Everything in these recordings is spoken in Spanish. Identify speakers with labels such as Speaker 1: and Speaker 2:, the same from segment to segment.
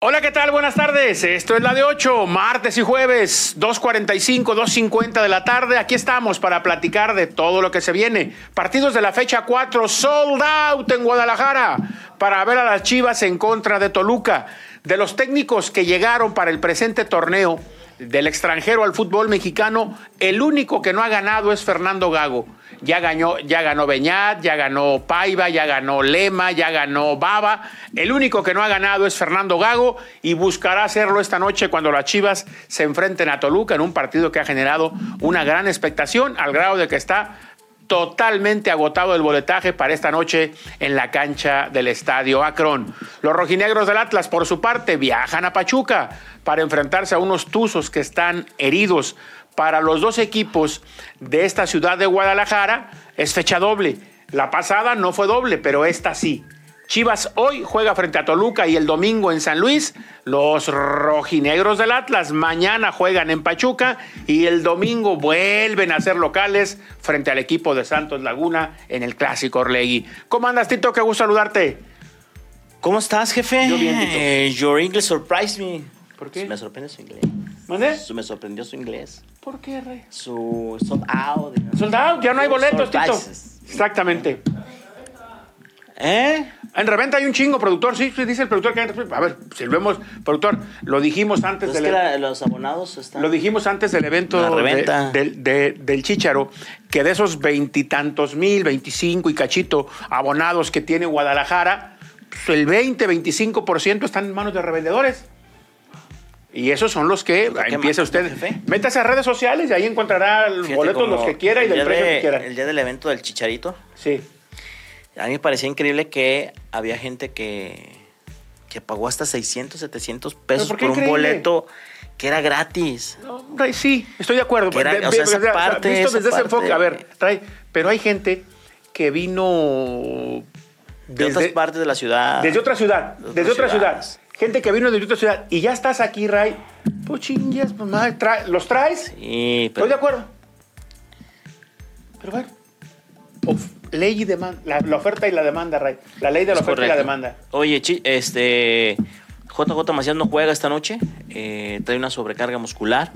Speaker 1: Hola, ¿qué tal? Buenas tardes. Esto es la de 8, martes y jueves, 2.45, 2.50 de la tarde. Aquí estamos para platicar de todo lo que se viene. Partidos de la fecha 4, sold out en Guadalajara, para ver a las Chivas en contra de Toluca. De los técnicos que llegaron para el presente torneo, del extranjero al fútbol mexicano, el único que no ha ganado es Fernando Gago. Ya ganó, ya ganó Beñat, ya ganó Paiva, ya ganó Lema, ya ganó Baba. El único que no ha ganado es Fernando Gago y buscará hacerlo esta noche cuando las Chivas se enfrenten a Toluca en un partido que ha generado una gran expectación al grado de que está totalmente agotado el boletaje para esta noche en la cancha del Estadio Akron. Los rojinegros del Atlas, por su parte, viajan a Pachuca para enfrentarse a unos tuzos que están heridos. Para los dos equipos de esta ciudad de Guadalajara es fecha doble. La pasada no fue doble, pero esta sí. Chivas hoy juega frente a Toluca y el domingo en San Luis. Los rojinegros del Atlas mañana juegan en Pachuca y el domingo vuelven a ser locales frente al equipo de Santos Laguna en el Clásico Orlegui. ¿Cómo andas, Tito? Qué gusto saludarte.
Speaker 2: ¿Cómo estás, jefe?
Speaker 1: Yo bien, Tito.
Speaker 2: Eh, your English surprised me.
Speaker 1: ¿Por qué? ¿Eh?
Speaker 2: Me sorprende su inglés.
Speaker 1: ¿Mande?
Speaker 2: Su- Me sorprendió su inglés.
Speaker 1: ¿Por qué, Rey?
Speaker 2: Su sold out.
Speaker 1: Soldado, ya no hay boletos, Tito.
Speaker 2: Surprises.
Speaker 1: Exactamente.
Speaker 2: ¿Eh?
Speaker 1: En reventa hay un chingo, productor. Sí, sí, dice el productor que. A ver, si lo vemos, productor, lo dijimos antes
Speaker 2: Pues
Speaker 1: del.
Speaker 2: es que la- los abonados están...
Speaker 1: Lo dijimos antes del evento
Speaker 2: La
Speaker 1: de-
Speaker 2: reventa.
Speaker 1: del, de- del Chícharo, que de esos veintitantos mil, veinticinco y cachito abonados que tiene Guadalajara, pues el 20, 25% están en manos de revendedores. Y esos son los que
Speaker 2: Puta, Pues, qué
Speaker 1: empieza
Speaker 2: máquina,
Speaker 1: usted.
Speaker 2: jefe.
Speaker 1: Métase a redes sociales y ahí encontrará los
Speaker 2: Fíjate
Speaker 1: boletos
Speaker 2: como
Speaker 1: los que quiera y
Speaker 2: el
Speaker 1: del
Speaker 2: día
Speaker 1: precio
Speaker 2: de-
Speaker 1: que quiera.
Speaker 2: El día del evento del Chicharito,
Speaker 1: Sí.
Speaker 2: a mí me parecía increíble que había gente que, que pagó hasta 600, 700 pesos
Speaker 1: por
Speaker 2: por,
Speaker 1: qué
Speaker 2: un
Speaker 1: increíble?
Speaker 2: boleto que era gratis.
Speaker 1: No, Ray, sí, estoy de acuerdo.
Speaker 2: Que era-
Speaker 1: De-
Speaker 2: o sea, esa parte,
Speaker 1: visto
Speaker 2: esa
Speaker 1: desde ese
Speaker 2: parte.
Speaker 1: enfoque, a ver, Ray, pero hay gente que vino
Speaker 2: De otras partes de la ciudad.
Speaker 1: Desde otra ciudad,
Speaker 2: De
Speaker 1: desde otra
Speaker 2: otras
Speaker 1: ciudad.
Speaker 2: ciudades.
Speaker 1: Gente que vino desde otra ciudad y ya estás aquí, Ray. Pues chingas, pues, madre, tra- ¿los traes?
Speaker 2: Sí, pero-
Speaker 1: Estoy de acuerdo. Pero bueno. Of- ley y demanda. La, la oferta y la demanda, Ray. La ley de la
Speaker 2: Es
Speaker 1: oferta y la
Speaker 2: correcto.
Speaker 1: demanda.
Speaker 2: Oye, chi- este JJ Macías no juega esta noche, eh, trae una sobrecarga muscular.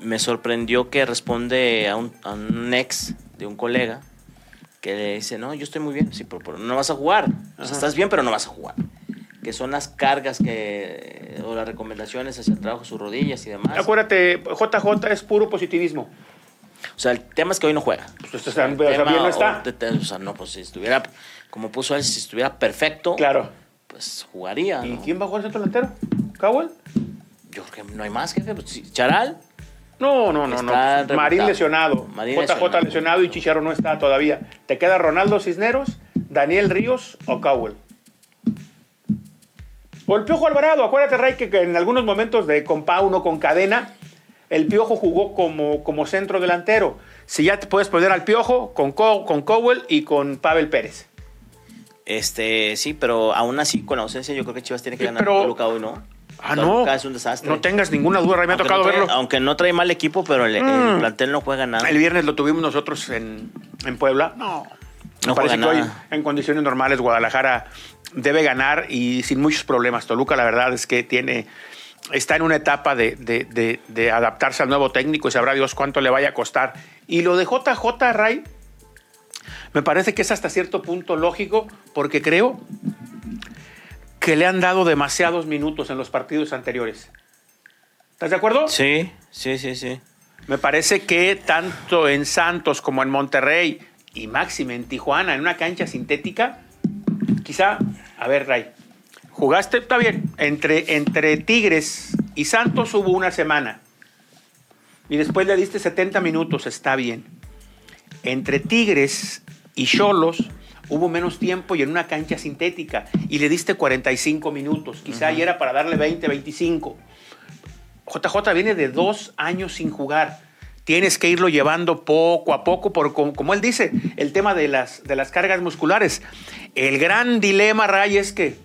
Speaker 2: Me sorprendió que responde a un, a un ex de un colega que le dice, no, yo estoy muy bien, sí, pero, pero no vas a jugar. O sea, estás bien, pero no vas a jugar. Que son las cargas que, o las recomendaciones hacia el trabajo, sus rodillas y demás.
Speaker 1: Acuérdate, JJ es puro positivismo.
Speaker 2: O sea, el tema es que hoy no juega.
Speaker 1: Pues, o sea,
Speaker 2: El
Speaker 1: o sea,
Speaker 2: tema,
Speaker 1: bien no
Speaker 2: o
Speaker 1: está.
Speaker 2: te- te- O, sea, no, pues si estuviera, como puso él, si estuviera perfecto,
Speaker 1: Claro.
Speaker 2: pues jugaría.
Speaker 1: ¿Y
Speaker 2: ¿no?
Speaker 1: quién va a jugar el centro delantero? ¿Cowell?
Speaker 2: Yo creo que no hay más, jefe. Pues, sí, Charal.
Speaker 1: No, no, no,
Speaker 2: Está
Speaker 1: no. Marín
Speaker 2: rebotado.
Speaker 1: lesionado.
Speaker 2: Marín
Speaker 1: JJ lesionado.
Speaker 2: lesionado.
Speaker 1: y Chicharo no está todavía. Te queda Ronaldo Cisneros, Daniel Ríos o Cowell. O el Piojo Alvarado. Acuérdate, Ray, que, que en algunos momentos de con Pauno, con cadena, el Piojo jugó como, como centro delantero. Si ya te puedes poner al Piojo con, Co- con Cowell y con Pavel Pérez.
Speaker 2: Este, sí, pero aún así, con la ausencia, yo creo que Chivas tiene que
Speaker 1: Sí,
Speaker 2: ganar
Speaker 1: pero-
Speaker 2: pero... Toluca hoy, ¿no?
Speaker 1: Ah,
Speaker 2: Toluca
Speaker 1: no.
Speaker 2: es un desastre.
Speaker 1: No tengas ninguna duda, Ray. Me ha
Speaker 2: Aunque
Speaker 1: tocado
Speaker 2: no trae-
Speaker 1: verlo.
Speaker 2: Aunque no trae mal equipo, pero el, el
Speaker 1: Mm.
Speaker 2: plantel no juega nada.
Speaker 1: El viernes lo tuvimos nosotros en, en Puebla. No.
Speaker 2: No
Speaker 1: Parece que
Speaker 2: juega
Speaker 1: hoy,
Speaker 2: nada.
Speaker 1: en condiciones normales, Guadalajara debe ganar y sin muchos problemas. Toluca, la verdad es que tiene. Está en una etapa de, de- de- de adaptarse al nuevo técnico y sabrá Dios cuánto le vaya a costar. Y lo de JJ Ray, me parece que es hasta cierto punto lógico, porque creo que le han dado demasiados minutos en los partidos anteriores. ¿Estás de acuerdo?
Speaker 2: Sí, sí, sí, sí.
Speaker 1: Me parece que tanto en Santos como en Monterrey y máxime en Tijuana, en una cancha sintética, quizá, a ver, Ray, jugaste, está bien, entre, entre Tigres y Santos hubo una semana y después le diste 70 minutos, está bien. Entre Tigres y Cholos hubo menos tiempo y en una cancha sintética y le diste 45 minutos, quizá y era para darle 20, 25. JJ viene de dos años sin jugar. Tienes que irlo llevando poco a poco, por, como, como él dice, el tema de las, de las cargas musculares. El gran dilema, Ray, es que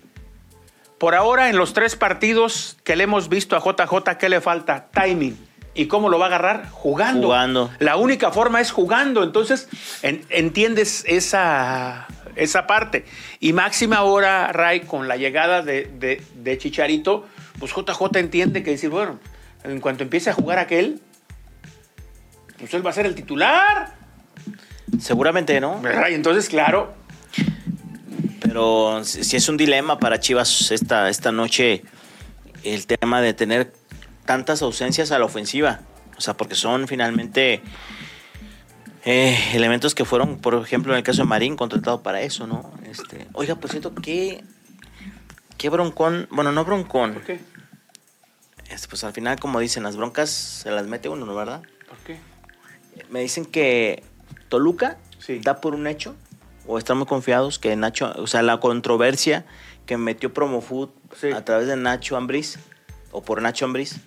Speaker 1: por ahora en los tres partidos que le hemos visto a JJ, ¿qué le falta? Timing. ¿Y cómo lo va a agarrar? Jugando.
Speaker 2: Jugando.
Speaker 1: La única forma es jugando. Entonces, en- entiendes esa, esa parte. Y máxima ahora, Ray, con la llegada de, de- de Chicharito, pues JJ entiende que decir, bueno, en cuanto empiece a jugar aquel, pues él va a ser el titular.
Speaker 2: Seguramente, ¿no?
Speaker 1: Ray, entonces, claro,
Speaker 2: Pero si si es un dilema para Chivas esta, esta noche el tema de tener tantas ausencias a la ofensiva. O sea, porque son finalmente eh, elementos que fueron, por ejemplo, en el caso de Marín, contratado para eso, ¿no? Este, oiga, por cierto, ¿qué, qué broncón? Bueno, no broncón.
Speaker 1: ¿por qué?
Speaker 2: Este, pues al final, como dicen, las broncas se las mete uno, ¿no? ¿Verdad?
Speaker 1: ¿Por qué?
Speaker 2: Me dicen que Toluca
Speaker 1: Sí.
Speaker 2: da por un hecho, o están muy confiados que Nacho, o sea, la controversia que metió Promofood
Speaker 1: Sí.
Speaker 2: a través de Nacho Ambriz, o por Nacho Ambriz,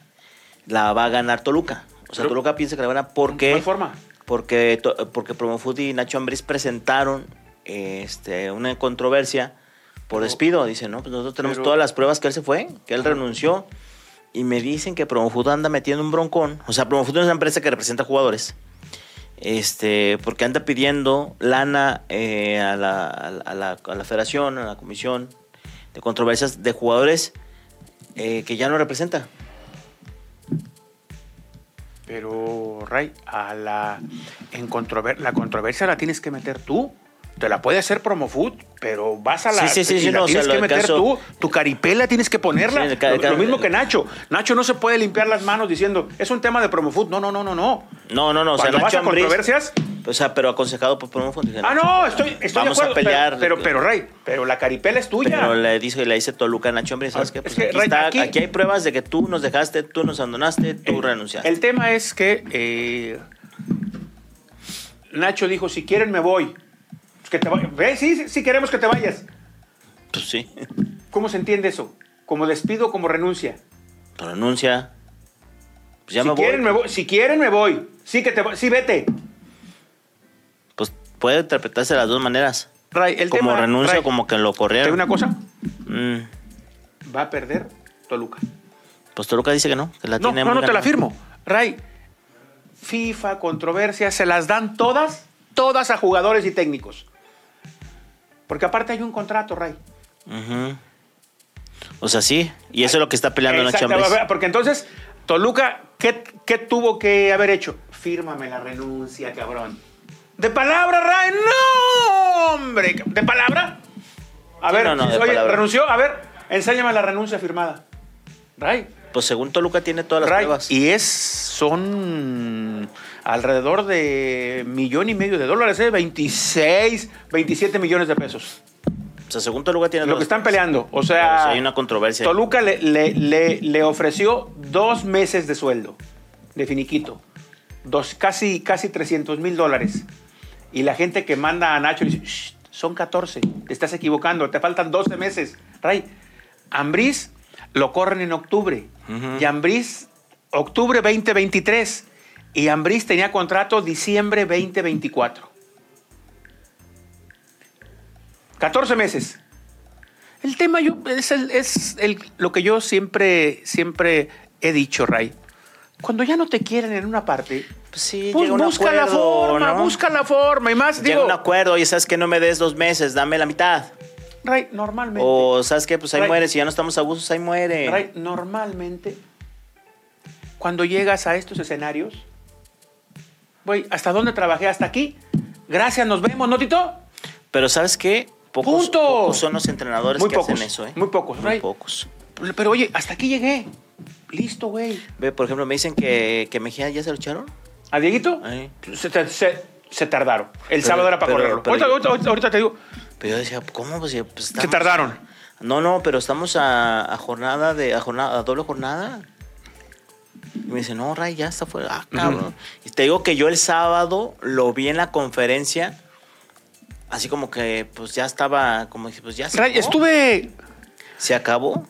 Speaker 2: la va a ganar Toluca. O sea,
Speaker 1: Pero-
Speaker 2: Toluca piensa que la gana
Speaker 1: ¿De
Speaker 2: porque,
Speaker 1: forma?
Speaker 2: porque, to- porque Promofood y Nacho Ambriz presentaron este, una controversia por
Speaker 1: Pero-
Speaker 2: despido. Dicen, no, pues nosotros tenemos
Speaker 1: pero-
Speaker 2: todas las pruebas que él se fue, que él renunció. Y me dicen que Promofood anda metiendo un broncón. O sea, Promofood es una empresa que representa jugadores. Este, porque anda pidiendo lana eh, a, la, a la- a la- a la federación, a la comisión de controversias de jugadores eh, que ya no representa.
Speaker 1: Pero, Ray, a la, en controver- la controversia la tienes que meter tú. Te la puede hacer Promofood, pero vas a la.
Speaker 2: Sí, sí, sí,
Speaker 1: y
Speaker 2: sí,
Speaker 1: la
Speaker 2: no, o sea,
Speaker 1: tienes
Speaker 2: lo
Speaker 1: que
Speaker 2: del
Speaker 1: meter
Speaker 2: caso-
Speaker 1: tú. Tu caripela tienes que ponerla.
Speaker 2: Sí, el ca- el
Speaker 1: lo,
Speaker 2: ca-
Speaker 1: lo mismo que Nacho. Nacho no se puede limpiar las manos diciendo, es un tema de Promofood. No, no, no, no, no.
Speaker 2: No, no, no. O sea,
Speaker 1: Cuando vas
Speaker 2: Nacho
Speaker 1: a
Speaker 2: Ambriz-
Speaker 1: controversias.
Speaker 2: O sea, pero aconsejado por Promofood. Dije,
Speaker 1: Ah,
Speaker 2: Nacho,
Speaker 1: no, estoy, estoy
Speaker 2: Vamos
Speaker 1: de acuerdo.
Speaker 2: a pelear.
Speaker 1: Pero, pero, pero, Ray, pero la caripela es tuya.
Speaker 2: Pero le dice, le dice Toluca a Nacho Ambriz, ¿sabes
Speaker 1: Ah,
Speaker 2: qué?
Speaker 1: es
Speaker 2: Pues
Speaker 1: que,
Speaker 2: aquí,
Speaker 1: Rey,
Speaker 2: está-
Speaker 1: aquí-
Speaker 2: aquí hay pruebas de que tú nos dejaste, tú nos abandonaste, tú renunciaste.
Speaker 1: El tema es que eh, Nacho dijo, si quieren me voy. Pues Que te vay- Ve, sí, sí, sí queremos que te vayas.
Speaker 2: Pues sí,
Speaker 1: ¿Cómo se entiende eso? ¿Como despido o como renuncia?
Speaker 2: tú renuncia. Pues ya
Speaker 1: si,
Speaker 2: me voy.
Speaker 1: quieren, Me voy. si quieren me voy. Sí, que te va- sí vete.
Speaker 2: Pues puede interpretarse de las dos maneras.
Speaker 1: Ray, el
Speaker 2: como
Speaker 1: tema-
Speaker 2: renuncia
Speaker 1: Ray,
Speaker 2: o como que
Speaker 1: ¿te
Speaker 2: lo
Speaker 1: digo
Speaker 2: corrieron.
Speaker 1: una cosa?
Speaker 2: Mm,
Speaker 1: Va a perder Toluca.
Speaker 2: pues Toluca dice que no, que la
Speaker 1: No,
Speaker 2: tiene
Speaker 1: no,
Speaker 2: muy
Speaker 1: no te la
Speaker 2: ganada.
Speaker 1: firmo. Ray, FIFA, controversia, se las dan todas, todas a jugadores y técnicos. Porque aparte hay un contrato, Ray.
Speaker 2: Ujú. O sea, sí, y eso es lo que está peleando Nacho
Speaker 1: Exacto,
Speaker 2: Ambriz.
Speaker 1: a ver, Porque entonces, Toluca, ¿qué, qué tuvo que haber hecho? Fírmame la renuncia, cabrón. De palabra, Ray, no, hombre. De palabra. A
Speaker 2: Sí,
Speaker 1: ver,
Speaker 2: no, no, de
Speaker 1: oye,
Speaker 2: palabra.
Speaker 1: renunció. A ver, enséñame la renuncia firmada. Ray.
Speaker 2: Pues según Toluca tiene todas las
Speaker 1: Ray,
Speaker 2: pruebas.
Speaker 1: Y es, son alrededor de millón y medio de dólares, ¿eh? 26, 27 millones de pesos.
Speaker 2: O sea, según Toluca tiene
Speaker 1: Lo
Speaker 2: todas
Speaker 1: que
Speaker 2: las
Speaker 1: están
Speaker 2: pruebas.
Speaker 1: peleando. O
Speaker 2: Pero
Speaker 1: sea,
Speaker 2: sí hay una controversia.
Speaker 1: Toluca le, le- le- le ofreció dos meses de sueldo de finiquito. Dos, casi, casi 300 mil dólares. Y la gente que manda a Nacho le dice, "Shh, son 14, te estás equivocando, te faltan 12 meses. Ray, Ambriz lo corren en octubre.
Speaker 2: Ujú.
Speaker 1: Y Ambriz, octubre 2023. Y Ambriz tenía contrato diciembre 2024. 14 meses. El tema yo, es, el- es el- lo que yo siempre, siempre he dicho, Ray. Cuando ya no te quieren en una parte,
Speaker 2: Pues sí,
Speaker 1: pues
Speaker 2: llega un
Speaker 1: busca la
Speaker 2: acuerdo,
Speaker 1: forma,
Speaker 2: ¿no?
Speaker 1: busca la forma. Y más,
Speaker 2: Llega
Speaker 1: digo,
Speaker 2: un acuerdo, y sabes que no me des dos meses, dame la mitad.
Speaker 1: Ray, normalmente,
Speaker 2: O sabes que pues ahí
Speaker 1: Ray.
Speaker 2: muere, si ya no estamos a gusto, ahí muere.
Speaker 1: Ray, normalmente, cuando llegas a estos escenarios, güey, ¿hasta dónde trabajé? ¿Hasta aquí? Gracias, nos vemos, ¿no, Tito?
Speaker 2: Pero sabes qué, pocos,
Speaker 1: ¡Punto!
Speaker 2: pocos son los entrenadores
Speaker 1: Muy
Speaker 2: que
Speaker 1: pocos,
Speaker 2: hacen eso, ¿eh?
Speaker 1: muy pocos,
Speaker 2: muy
Speaker 1: Ray.
Speaker 2: pocos.
Speaker 1: Pero oye, hasta aquí llegué. Listo, güey.
Speaker 2: Ve, por ejemplo, me dicen que, que Mejía ya se lo echaron.
Speaker 1: ¿A Dieguito?
Speaker 2: Ay.
Speaker 1: Se, te- se- se tardaron. El
Speaker 2: Pero-
Speaker 1: sábado era para
Speaker 2: pero-
Speaker 1: correrlo.
Speaker 2: pero-
Speaker 1: ahorita, ahorita- ahorita te digo,
Speaker 2: Pero yo decía, ¿cómo? Pues, eh, pues,
Speaker 1: se
Speaker 2: estamos-
Speaker 1: tardaron.
Speaker 2: No, no, pero estamos a, a jornada de a jornada, a doble jornada. Y me dice, no, Ray, ya está fuera. Ah, cabrón.
Speaker 1: Ujú.
Speaker 2: Y te digo que yo el sábado lo vi en la conferencia. Así como que, pues ya estaba, como dije, pues ya se
Speaker 1: Ray,
Speaker 2: acabó.
Speaker 1: estuve,
Speaker 2: Se acabó.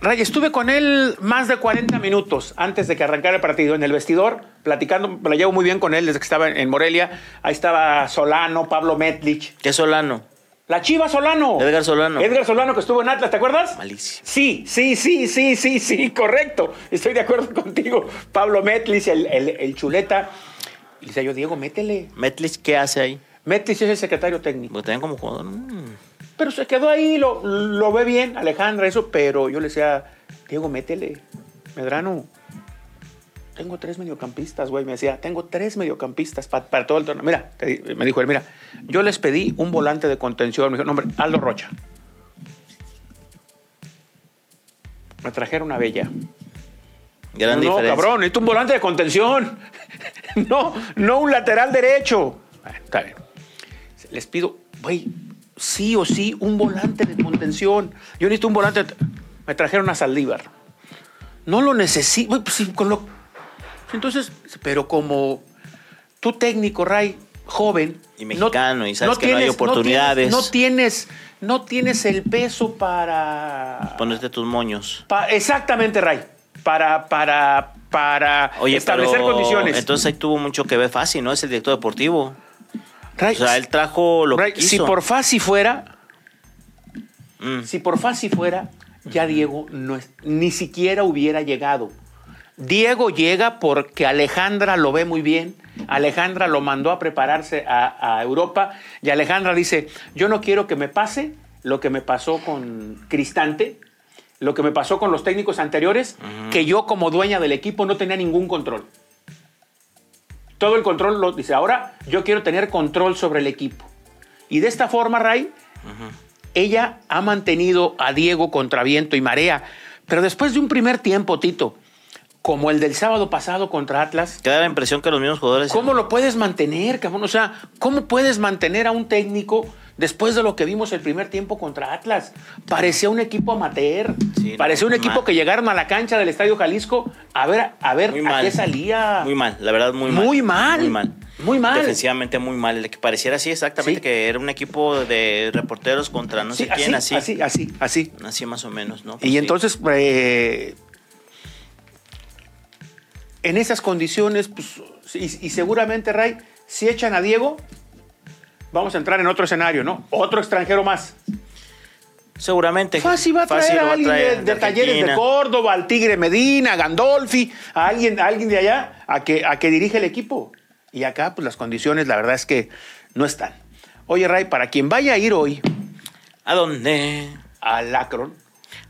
Speaker 1: Ray, estuve con él más de 40 minutos antes de que arrancara el partido en el vestidor, platicando. Me la llevo muy bien con él desde que estaba en Morelia. Ahí estaba Solano, Pablo Metlich.
Speaker 2: ¿Qué Solano?
Speaker 1: La Chiva Solano.
Speaker 2: Edgar Solano.
Speaker 1: Oh. Edgar Solano que estuvo en Atlas, ¿te acuerdas?
Speaker 2: Malísimo.
Speaker 1: Sí, sí, sí, sí, sí, sí, correcto. Estoy de acuerdo contigo. Pablo Metlis, el, el- el chuleta. Y le decía yo, Diego, métele.
Speaker 2: Metlich, ¿qué hace ahí?
Speaker 1: Metis es el secretario técnico.
Speaker 2: Porque también como jugador. mm,
Speaker 1: Pero se quedó ahí, lo, lo ve bien, Alejandra, eso, pero yo le decía, Diego, métele, Medrano. Tengo tres mediocampistas, güey. Me decía, tengo tres mediocampistas pa- para todo el torneo. Mira, te di- me dijo él, mira, yo les pedí un volante de contención. Me dijo, no, hombre, Aldo Rocha. Me trajeron a Bella.
Speaker 2: gran
Speaker 1: no,
Speaker 2: diferencia.
Speaker 1: cabrón, necesito un volante de contención. no, no un lateral derecho. Bueno, está bien. Les pido, güey, sí o sí, un volante de contención. Yo necesito un volante. de- Me trajeron a Saldívar. No lo necesito. güey, pues, sí, con lo- Entonces, pero como tú técnico, Ray, joven.
Speaker 2: Y mexicano, y sabes que no hay oportunidades.
Speaker 1: No tienes, no tienes el peso para.
Speaker 2: Ponerte tus moños.
Speaker 1: Pa- exactamente, Ray. Para, para, para
Speaker 2: Oye,
Speaker 1: establecer
Speaker 2: pero
Speaker 1: condiciones.
Speaker 2: Entonces ahí tuvo mucho que ver fácil, ¿no? Es el director deportivo.
Speaker 1: Ray,
Speaker 2: O sea, él trajo lo
Speaker 1: Ray,
Speaker 2: que quiso.
Speaker 1: si por fácil fuera,
Speaker 2: Mm.
Speaker 1: si por fácil fuera, ya Diego no es- ni siquiera hubiera llegado. Diego llega porque Alejandra lo ve muy bien. Alejandra lo mandó a prepararse a, a Europa y Alejandra dice, yo no quiero que me pase lo que me pasó con Cristante, lo que me pasó con los técnicos anteriores, que yo como dueña del equipo no tenía ningún control. Todo el control lo dice, ahora yo quiero tener control sobre el equipo. Y de esta forma, Ray, ella ha mantenido a Diego contra viento y marea. Pero después de un primer tiempo, Tito, como el del sábado pasado contra Atlas,
Speaker 2: Queda la impresión que los mismos jugadores.
Speaker 1: ¿Cómo lo puedes mantener, cabrón? O sea, ¿cómo puedes mantener a un técnico después de lo que vimos el primer tiempo contra Atlas? Parecía un equipo amateur.
Speaker 2: Sí,
Speaker 1: Parecía un
Speaker 2: no,
Speaker 1: equipo
Speaker 2: mal.
Speaker 1: que llegaron a la cancha del Estadio Jalisco a ver, a ver
Speaker 2: Muy
Speaker 1: a
Speaker 2: mal.
Speaker 1: qué salía.
Speaker 2: Muy mal, la verdad, muy mal.
Speaker 1: Muy mal.
Speaker 2: Muy mal.
Speaker 1: Muy mal.
Speaker 2: Defensivamente muy mal. El que pareciera así exactamente
Speaker 1: Sí.
Speaker 2: que era un equipo de reporteros contra no
Speaker 1: Sí,
Speaker 2: sé quién, así.
Speaker 1: así, así, así.
Speaker 2: Así más o menos, ¿no? Pues
Speaker 1: Y
Speaker 2: Sí.
Speaker 1: entonces, eh, en esas condiciones, pues, y, y seguramente, Ray, si echan a Diego, vamos a entrar en otro escenario, ¿no? Otro extranjero más.
Speaker 2: Seguramente.
Speaker 1: Fácil va a traer
Speaker 2: Fácil lo
Speaker 1: a alguien
Speaker 2: traer
Speaker 1: de, de talleres de
Speaker 2: Argentina.
Speaker 1: Córdoba, al Tigre Medina, a Gandolfi, a alguien, a alguien de allá, a que, a que dirige el equipo. Y acá, pues las condiciones, la verdad es que no están. Oye, Ray, para quien vaya a ir hoy
Speaker 2: ¿A dónde?
Speaker 1: al Akron,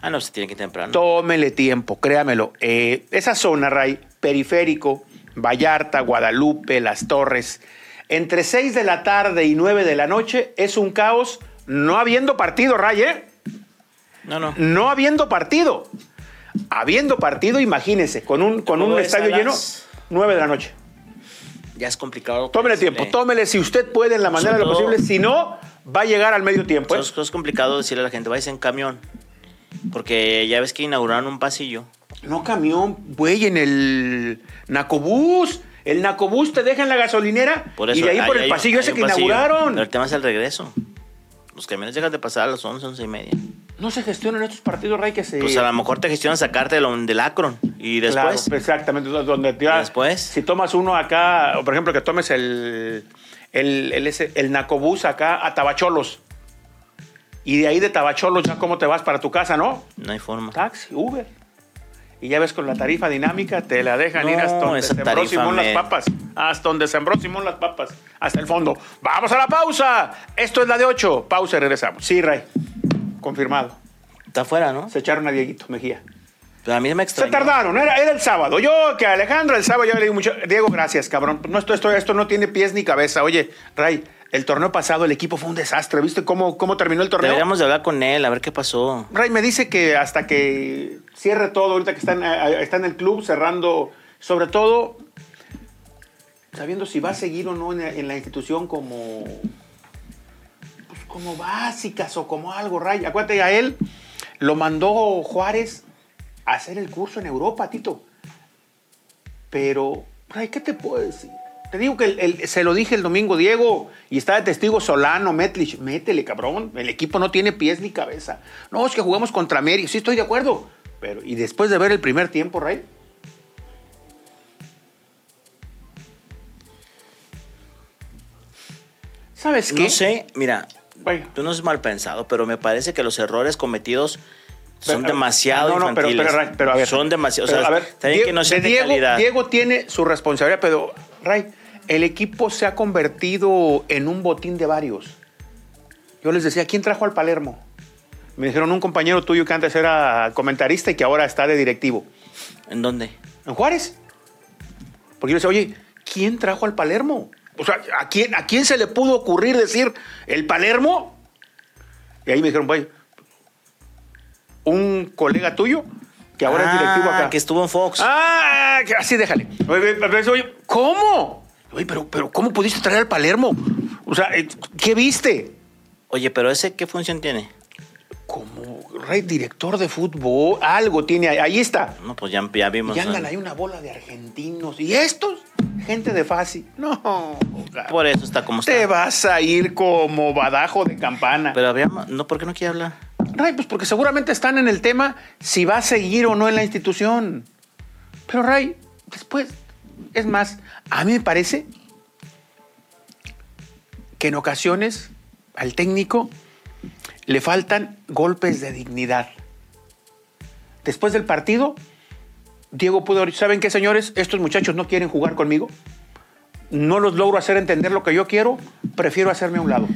Speaker 2: Ah, no, se tiene que ir temprano.
Speaker 1: tómele tiempo, créamelo. Eh, esa zona, Ray, periférico, Vallarta, Guadalupe, Las Torres, entre 6 de la tarde y 9 de la noche es un caos, no habiendo partido, Ray, ¿eh?
Speaker 2: No, no.
Speaker 1: no habiendo partido. Habiendo partido, imagínense, con un, con un
Speaker 2: Todo es
Speaker 1: estadio
Speaker 2: a
Speaker 1: lleno,
Speaker 2: las-
Speaker 1: 9 de la noche.
Speaker 2: Ya es complicado. eh.
Speaker 1: Tómele tiempo,
Speaker 2: decirle-
Speaker 1: tómele si usted puede en la manera de lo
Speaker 2: Sobre todo-
Speaker 1: posible, si no, va a llegar al medio tiempo. ¿eh?
Speaker 2: Es, es complicado decirle a la gente, vais en camión. Porque ya ves que inauguraron un pasillo.
Speaker 1: No camión, güey, en el Nacobús. El Nacobús te deja en la gasolinera
Speaker 2: Por eso,
Speaker 1: y de ahí por el
Speaker 2: hay-
Speaker 1: pasillo
Speaker 2: hay
Speaker 1: ese
Speaker 2: un
Speaker 1: que
Speaker 2: pasillo.
Speaker 1: inauguraron.
Speaker 2: Pero el tema es el regreso. Los camiones dejan de pasar a las 11, 11 y media.
Speaker 1: No se gestionan estos partidos, Ray, que se...
Speaker 2: Pues a lo mejor te gestionan sacarte del, del Akron. Y
Speaker 1: Claro,
Speaker 2: después.
Speaker 1: exactamente. Donde te va-
Speaker 2: Después.
Speaker 1: Si tomas uno acá, o por ejemplo, que tomes el, el, el, ese- el Nacobús acá a Tabacholos. Y de ahí de Tabacholos ya cómo te vas para tu casa, ¿no?
Speaker 2: no hay forma.
Speaker 1: Taxi, Uber. Y ya ves con la tarifa dinámica, te la dejan ir hasta
Speaker 2: No,
Speaker 1: donde
Speaker 2: esa
Speaker 1: sembró
Speaker 2: tarifa,
Speaker 1: Simón las
Speaker 2: men.
Speaker 1: papas. Hasta donde sembró Simón las papas. Hasta el fondo. ¡Vamos a la pausa! Esto es la de 8. Pausa y regresamos. Sí, Ray. Confirmado.
Speaker 2: Está afuera, ¿no?
Speaker 1: Se echaron a Dieguito Mejía.
Speaker 2: Pero a mí
Speaker 1: Se
Speaker 2: me extrañó.
Speaker 1: tardaron, era, era el sábado. Yo que a Alejandro el sábado yo le di mucho. Diego, gracias, cabrón. No, esto, esto, esto no tiene pies ni cabeza. Oye, Ray, el torneo pasado el equipo fue un desastre. ¿Viste cómo, cómo terminó el torneo?
Speaker 2: Deberíamos de hablar con él, a ver qué pasó.
Speaker 1: Ray me dice que hasta que cierre todo, ahorita que está en, eh, está en el club cerrando, sobre todo sabiendo si va a seguir o no en, en la institución como pues, como básicas o como algo, Ray. Acuérdate, a él lo mandó Juárez a hacer el curso en Europa, Tito. Pero, Ray, ¿qué te puedo decir? Te digo que el- el- se lo dije el domingo, Diego, y está de testigo Solano, Metlich. Métele, cabrón. El equipo no tiene pies ni cabeza. No, es que jugamos contra América. Sí, estoy de acuerdo. Pero, y después de ver el primer tiempo, Ray, ¿sabes qué?
Speaker 2: No sé, mira,
Speaker 1: Vaya.
Speaker 2: tú no es mal pensado, pero me parece que los errores cometidos son
Speaker 1: Pero, a-
Speaker 2: demasiado
Speaker 1: no, no, pero-
Speaker 2: infantiles.
Speaker 1: Pero, Ray, pero a ver.
Speaker 2: Son demasiado. O
Speaker 1: Pero,
Speaker 2: sea,
Speaker 1: a ver,
Speaker 2: también
Speaker 1: Die-
Speaker 2: que no sean
Speaker 1: de
Speaker 2: de
Speaker 1: Diego,
Speaker 2: calidad.
Speaker 1: Diego tiene su responsabilidad, pero Ray, el equipo se ha convertido en un botín de varios. Yo les decía, ¿quién trajo al Palermo? Me dijeron un compañero tuyo que antes era comentarista y que ahora está de directivo.
Speaker 2: ¿En dónde?
Speaker 1: ¿En Juárez? Porque yo les decía, oye, ¿quién trajo al Palermo? O sea, ¿a quién, ¿a quién se le pudo ocurrir decir el Palermo? Y ahí me dijeron, vaya, un colega tuyo que ahora es directivo
Speaker 2: Ah,
Speaker 1: acá.
Speaker 2: Que estuvo en Fox.
Speaker 1: Ah, que- así déjale. Oye, oye, oye, ¿Cómo? Oye, pero, pero ¿cómo pudiste traer al Palermo? O sea, eh, ¿qué viste?
Speaker 2: Oye, pero ese, ¿qué función tiene?
Speaker 1: Como rey director de fútbol, algo tiene ahí. Ahí está.
Speaker 2: No, pues ya, ya vimos.
Speaker 1: Y andan
Speaker 2: ¿no?
Speaker 1: ahí una bola de argentinos. ¿Y estos? Gente de fácil. No,
Speaker 2: Por eso está como
Speaker 1: te
Speaker 2: está.
Speaker 1: vas a ir como badajo de campana.
Speaker 2: Pero había. ma- No, ¿por qué no quiere hablar?
Speaker 1: Ray, pues porque seguramente están en el tema si va a seguir o no en la institución. Pero Ray, después, es más, a mí me parece que en ocasiones al técnico le faltan golpes de dignidad. Después del partido, Diego pudo, ¿saben qué, señores? Estos muchachos no quieren jugar conmigo. No los logro hacer entender lo que yo quiero. Prefiero hacerme a un lado.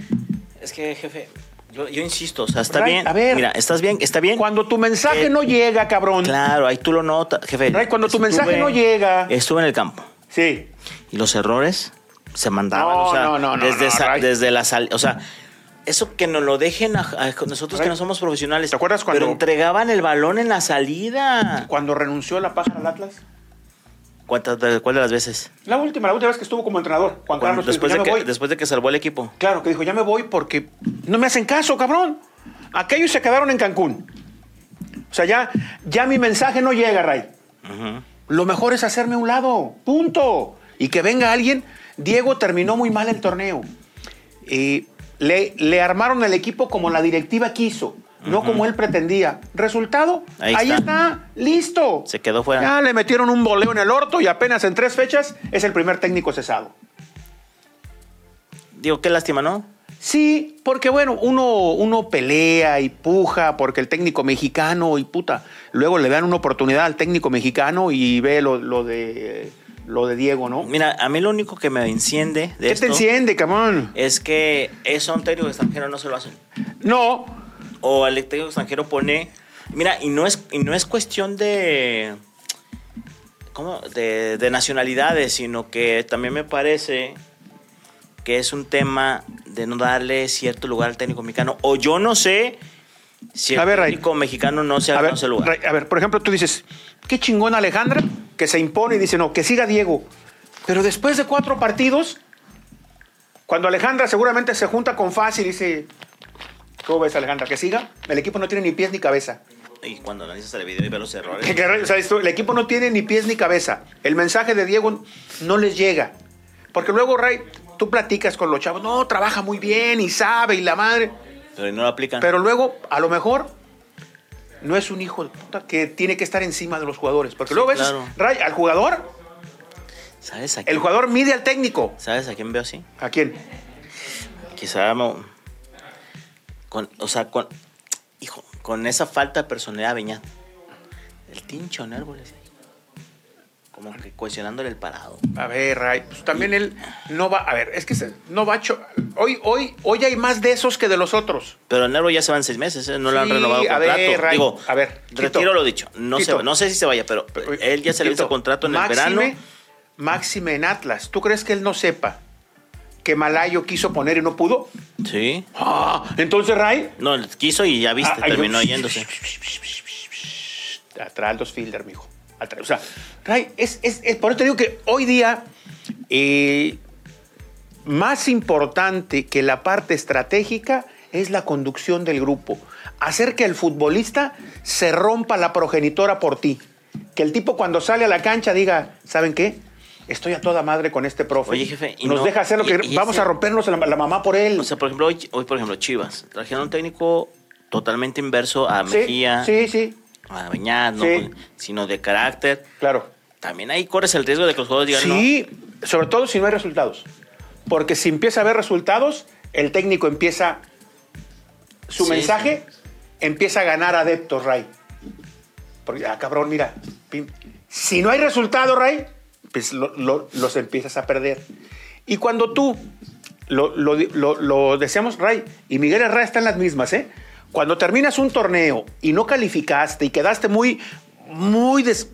Speaker 2: Es que, jefe, yo, yo insisto, o sea, está
Speaker 1: Ray,
Speaker 2: bien.
Speaker 1: a ver.
Speaker 2: Mira, estás bien, está bien.
Speaker 1: Cuando tu mensaje
Speaker 2: Eh,
Speaker 1: no llega, cabrón.
Speaker 2: Claro, ahí tú lo notas, jefe.
Speaker 1: Ray, cuando tu
Speaker 2: Estuve-
Speaker 1: mensaje no llega.
Speaker 2: Estuve en el campo
Speaker 1: Sí.
Speaker 2: y los errores se mandaban.
Speaker 1: No,
Speaker 2: o sea,
Speaker 1: no, no, no,
Speaker 2: desde,
Speaker 1: no,
Speaker 2: esa-
Speaker 1: Ray.
Speaker 2: desde la sal. O sea, eso que nos lo dejen a, a nosotros
Speaker 1: Ray,
Speaker 2: que no somos profesionales.
Speaker 1: ¿te acuerdas cuando-
Speaker 2: Pero entregaban el balón en la salida.
Speaker 1: Cuando renunció la pájara al Atlas.
Speaker 2: ¿Cuántas, de- ¿Cuál de las veces?
Speaker 1: La última, la última vez que estuvo como entrenador. Juan
Speaker 2: Cuando-
Speaker 1: Carlos que
Speaker 2: después,
Speaker 1: dijo,
Speaker 2: de
Speaker 1: ya
Speaker 2: que,
Speaker 1: me voy.
Speaker 2: después de que salvó el equipo.
Speaker 1: Claro, que dijo, ya me voy porque no me hacen caso, cabrón. Aquellos se quedaron en Cancún. O sea, ya, ya mi mensaje no llega, Ray. Lo mejor es hacerme a un lado. Punto. Y que venga alguien. Diego terminó muy mal el torneo. Eh, le, le armaron el equipo como la directiva quiso, no como él pretendía. Resultado, ahí,
Speaker 2: Ahí
Speaker 1: está.
Speaker 2: está.
Speaker 1: listo.
Speaker 2: Se quedó fuera.
Speaker 1: Ya le metieron un boleo en el orto y apenas en tres fechas es el primer técnico cesado.
Speaker 2: Digo, qué lástima, ¿no?
Speaker 1: Sí, porque bueno, uno, uno pelea y puja porque el técnico mexicano y puta, luego le dan una oportunidad al técnico mexicano y ve lo, lo de lo de Diego, ¿no?
Speaker 2: Mira, a mí lo único que me enciende de
Speaker 1: ¿Qué
Speaker 2: esto
Speaker 1: te enciende, camón?
Speaker 2: es que eso a un técnico extranjero no se lo hacen.
Speaker 1: No,
Speaker 2: O al técnico extranjero pone. Mira, y no es, y no es cuestión de. ¿Cómo? De, de nacionalidades, sino que también me parece que es un tema de no darle cierto lugar al técnico mexicano. O yo no sé si el
Speaker 1: A ver, Ray.
Speaker 2: técnico mexicano no se ha
Speaker 1: a ver,
Speaker 2: ganado ese lugar.
Speaker 1: Ray, a ver, por ejemplo, tú dices, qué chingón Alejandra, que se impone y dice, no, que siga Diego. Pero después de cuatro partidos, cuando Alejandra seguramente se junta con Faz y dice, ¿cómo ves Alejandra? Que siga, el equipo no tiene ni pies ni cabeza.
Speaker 2: Y cuando analizas el video y ves los errores.
Speaker 1: Que- que- o sea, esto- el equipo no tiene ni pies ni cabeza. El mensaje de Diego no les llega. Porque luego, Ray, tú platicas con los chavos, no, trabaja muy bien y sabe y la madre.
Speaker 2: Pero no lo aplican.
Speaker 1: Pero luego, a lo mejor, no es un hijo de puta que tiene que estar encima de los jugadores. Porque
Speaker 2: Sí,
Speaker 1: luego ves,
Speaker 2: claro.
Speaker 1: Ray, al jugador,
Speaker 2: ¿Sabes a quién?
Speaker 1: el jugador mide al técnico.
Speaker 2: ¿Sabes a quién veo así?
Speaker 1: ¿A quién?
Speaker 2: Quizá mo- con, o sea, con hijo, con esa falta de personalidad Beñat. El tincho en árboles. Como que cuestionándole el parado.
Speaker 1: A ver, Ray, pues también él no va. A ver, es que se- no va a. cho- Hoy, hoy, hoy hay más de esos que de los otros.
Speaker 2: Pero en Nervo ya se van seis meses, ¿eh? no lo han
Speaker 1: Sí,
Speaker 2: renovado
Speaker 1: a ver,
Speaker 2: contrato.
Speaker 1: Ray,
Speaker 2: Digo,
Speaker 1: a ver,
Speaker 2: retiro
Speaker 1: Tito,
Speaker 2: lo dicho. No, se,
Speaker 1: Tito.
Speaker 2: va- no sé si se vaya, pero él ya se le hizo
Speaker 1: Tito,
Speaker 2: contrato en
Speaker 1: máxime-
Speaker 2: el verano.
Speaker 1: Máxime en Atlas. ¿Tú crees que él no sepa que Malayo quiso poner y no pudo?
Speaker 2: Sí.
Speaker 1: Ah, entonces, Ray.
Speaker 2: No, quiso y ya viste,
Speaker 1: Ah, ay,
Speaker 2: terminó
Speaker 1: yo-
Speaker 2: yéndose.
Speaker 1: Atrás al dos fielder, mijo. Atrás. O sea, Ray, es, es- es- por eso te digo que hoy día, eh, más importante que la parte estratégica es la conducción del grupo. Hacer que el futbolista se rompa la progenitora por ti. Que el tipo cuando sale a la cancha diga, ¿saben qué? Estoy a toda madre con este profe.
Speaker 2: Oye, jefe, y
Speaker 1: Nos
Speaker 2: no-
Speaker 1: deja hacer lo que...
Speaker 2: y- y
Speaker 1: vamos
Speaker 2: ese-
Speaker 1: a rompernos la, la mamá por él.
Speaker 2: O sea, por ejemplo, hoy, hoy, por ejemplo, Chivas. Trajeron un técnico totalmente inverso a
Speaker 1: Sí,
Speaker 2: Mejía.
Speaker 1: sí, sí,
Speaker 2: a bañar, no,
Speaker 1: Sí.
Speaker 2: con- sino de carácter.
Speaker 1: claro.
Speaker 2: También ahí corres el riesgo de que los jugadores digan
Speaker 1: Sí, sobre todo si no hay resultados. Porque si empieza a haber resultados, el técnico empieza. Su
Speaker 2: Sí,
Speaker 1: mensaje empieza a ganar adeptos, Ray. Porque, ah, cabrón, mira. pim. Si no hay resultado, Ray, pues lo- lo- los empiezas a perder. Y cuando tú, lo, lo, lo- lo decíamos Ray, y Miguel Herrera está en las mismas, ¿eh? Cuando terminas un torneo y no calificaste y quedaste muy, muy des-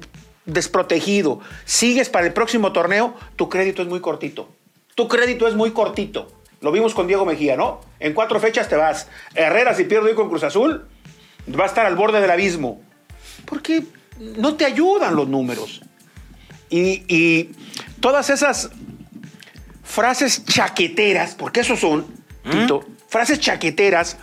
Speaker 1: desprotegido, sigues para el próximo torneo, tu crédito es muy cortito. Tu crédito es muy cortito. Lo vimos con Diego Mejía, ¿no? En cuatro fechas te vas. Herrera, si pierde hoy con Cruz Azul, va a estar al borde del abismo. Porque no te ayudan los números. Y, y todas esas frases chaqueteras, porque eso son,
Speaker 2: ¿Mm?
Speaker 1: Tito, frases chaqueteras,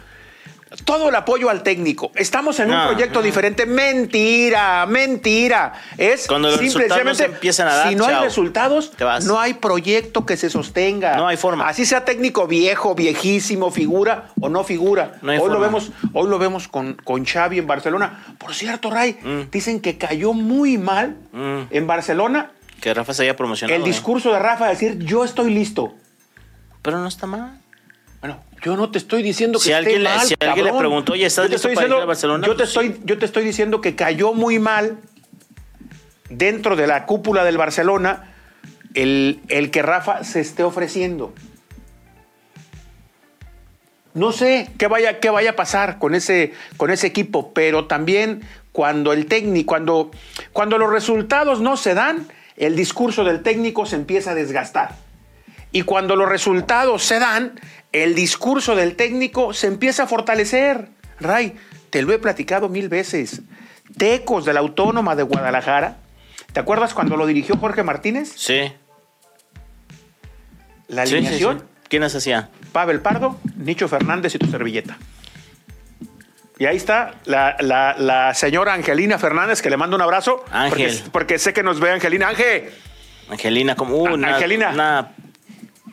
Speaker 1: todo el apoyo al técnico. Estamos en un
Speaker 2: Ah,
Speaker 1: proyecto diferente. Mentira, mentira. Es
Speaker 2: Cuando los
Speaker 1: simple y
Speaker 2: resultados no
Speaker 1: sencillamente,
Speaker 2: se empiezan a dar,
Speaker 1: si no
Speaker 2: chao.
Speaker 1: hay resultados,
Speaker 2: Te vas.
Speaker 1: no hay proyecto que se sostenga.
Speaker 2: No hay forma.
Speaker 1: Así sea técnico viejo, viejísimo, figura o no figura.
Speaker 2: No hay
Speaker 1: hoy lo
Speaker 2: forma.
Speaker 1: vemos, hoy lo vemos con, con Xavi en Barcelona. Por cierto, Ray,
Speaker 2: Mm.
Speaker 1: dicen que cayó muy mal
Speaker 2: Mm.
Speaker 1: en Barcelona
Speaker 2: Que Rafa se haya promocionado.
Speaker 1: el
Speaker 2: ¿eh?
Speaker 1: discurso de Rafa decir yo estoy listo.
Speaker 2: Pero no está mal.
Speaker 1: Bueno, yo no te estoy diciendo que
Speaker 2: Si
Speaker 1: esté
Speaker 2: alguien le-
Speaker 1: mal,
Speaker 2: si alguien le
Speaker 1: cabrón.
Speaker 2: preguntó, "Oye, ¿estás
Speaker 1: Yo te
Speaker 2: listo
Speaker 1: estoy
Speaker 2: para ir
Speaker 1: diciendo-
Speaker 2: a Barcelona?"
Speaker 1: Yo te,
Speaker 2: Pues
Speaker 1: estoy, yo te estoy diciendo que cayó muy mal dentro de la cúpula del Barcelona el, el que Rafa se esté ofreciendo. No sé qué vaya, qué vaya a pasar con ese, con ese equipo, pero también cuando el técnico, cuando, cuando los resultados no se dan, el discurso del técnico se empieza a desgastar. Y cuando los resultados se dan, el discurso del técnico se empieza a fortalecer. Ray, te lo he platicado mil veces. Tecos de la Autónoma de Guadalajara. ¿Te acuerdas cuando lo dirigió Jorge Martínez?
Speaker 2: Sí.
Speaker 1: La
Speaker 2: Sí, sí,
Speaker 1: alineación,
Speaker 2: sí. ¿Quién las hacía?
Speaker 1: Pavel Pardo, Nicho Fernández y tu servilleta. Y ahí está la, la- la señora Angelina Fernández, que le mando un abrazo.
Speaker 2: Ángel.
Speaker 1: Porque, porque sé que nos ve Angelina. Ángel,
Speaker 2: Angelina, como uh,
Speaker 1: A-
Speaker 2: una,
Speaker 1: Ah, Angelina.
Speaker 2: una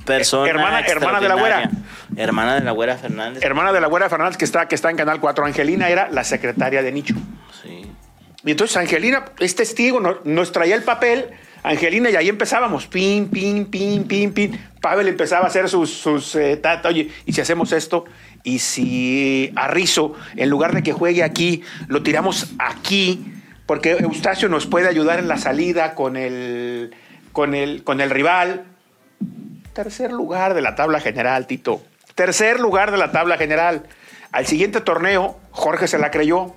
Speaker 2: persona.
Speaker 1: Hermana- hermana de la güera.
Speaker 2: extraordinaria. Hermana de la güera Fernández.
Speaker 1: hermana de la güera Fernández, que está, que está en Canal 4. Angelina era la secretaria de Nicho.
Speaker 2: sí.
Speaker 1: Y entonces Angelina es testigo, no- nos traía el papel, Angelina, y ahí empezábamos, pin, pin, pin, pin, pin. Pavel empezaba a hacer sus, sus eh, tata, oye, y si hacemos esto, y si a Rizzo, en lugar de que juegue aquí, lo tiramos aquí, porque Eustacio nos puede ayudar en la salida con el, con el, con el rival. Tercer lugar de la tabla general, Tito. Tercer lugar de la tabla general. Al siguiente torneo, Jorge se la creyó.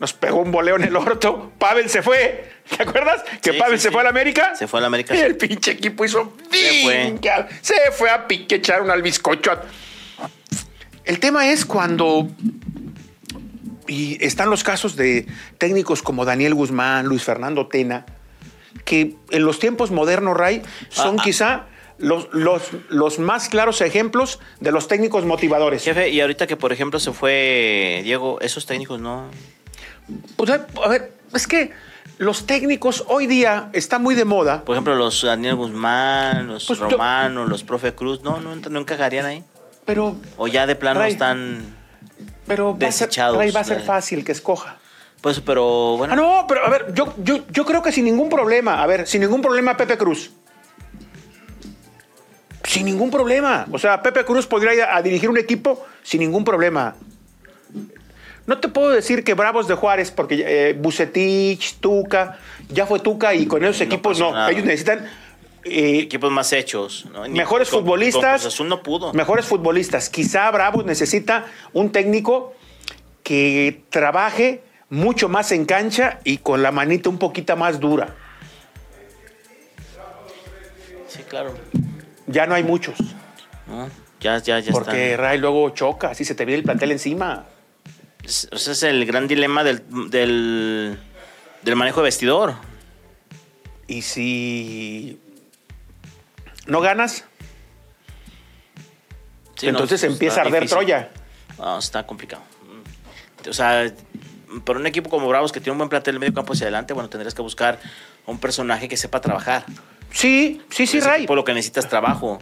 Speaker 1: Nos pegó un voleo en el orto. Pavel se fue. ¿Te acuerdas? Que
Speaker 2: Sí,
Speaker 1: Pavel
Speaker 2: sí,
Speaker 1: se
Speaker 2: sí.
Speaker 1: fue a la América.
Speaker 2: Se fue a la América.
Speaker 1: Y el pinche equipo hizo.
Speaker 2: Se fue.
Speaker 1: finca. Se fue a piquechar un albiscocho. El tema es cuando. Y están los casos de técnicos como Daniel Guzmán, Luis Fernando Tena, que en los tiempos modernos, Ray, son
Speaker 2: Ah, ah.
Speaker 1: quizá los, los, los más claros ejemplos de los técnicos motivadores.
Speaker 2: Jefe, y ahorita que por ejemplo se fue Diego, esos técnicos no.
Speaker 1: O sea, Pues, a ver, es que los técnicos hoy día está muy de moda.
Speaker 2: Por ejemplo, los Daniel Guzmán, los
Speaker 1: Pues yo-
Speaker 2: Romano, los Profe Cruz, no, no, ent- no encajarían ahí.
Speaker 1: Pero,
Speaker 2: O ya de plano
Speaker 1: Ray.
Speaker 2: están.
Speaker 1: pero va, a ser,
Speaker 2: Desechados,
Speaker 1: Ray, va a ser
Speaker 2: eh.
Speaker 1: fácil que escoja.
Speaker 2: Pues, pero bueno.
Speaker 1: Ah, no, pero a ver, yo, yo, yo creo que sin ningún problema, a ver, sin ningún problema Pepe Cruz. Sin ningún problema. O sea, Pepe Cruz podría ir a, a dirigir un equipo sin ningún problema. No te puedo decir que Bravos de Juárez, porque eh, Bucetich, Tuca, ya fue Tuca y con esos
Speaker 2: No
Speaker 1: equipos
Speaker 2: pasó
Speaker 1: no.
Speaker 2: nada.
Speaker 1: Ellos necesitan eh,
Speaker 2: Equipos más hechos. ¿no? Ni-
Speaker 1: mejores
Speaker 2: con- Con
Speaker 1: futbolistas.
Speaker 2: Cruz Azul no pudo.
Speaker 1: Mejores futbolistas. Quizá Bravos necesita un técnico que trabaje mucho más en cancha y con la manita un poquito más dura.
Speaker 2: Sí, claro.
Speaker 1: Ya no hay muchos.
Speaker 2: No, ya, ya, ya están.
Speaker 1: porque Ray luego choca, así se te viene el plantel encima.
Speaker 2: Es- O sea, es el gran dilema del, del, del manejo de vestidor.
Speaker 1: Y si no ganas,
Speaker 2: Sí, no, pues,
Speaker 1: entonces
Speaker 2: está
Speaker 1: empieza a arder
Speaker 2: difícil.
Speaker 1: Troya.
Speaker 2: No, está complicado. Mm. O sea, para un equipo como Bravos que tiene un buen plantel de medio campo hacia adelante, bueno, tendrías que buscar a un personaje que sepa trabajar.
Speaker 1: Sí, sí, sí,
Speaker 2: Ese
Speaker 1: Ray.
Speaker 2: equipo Pues, lo que necesitas es trabajo.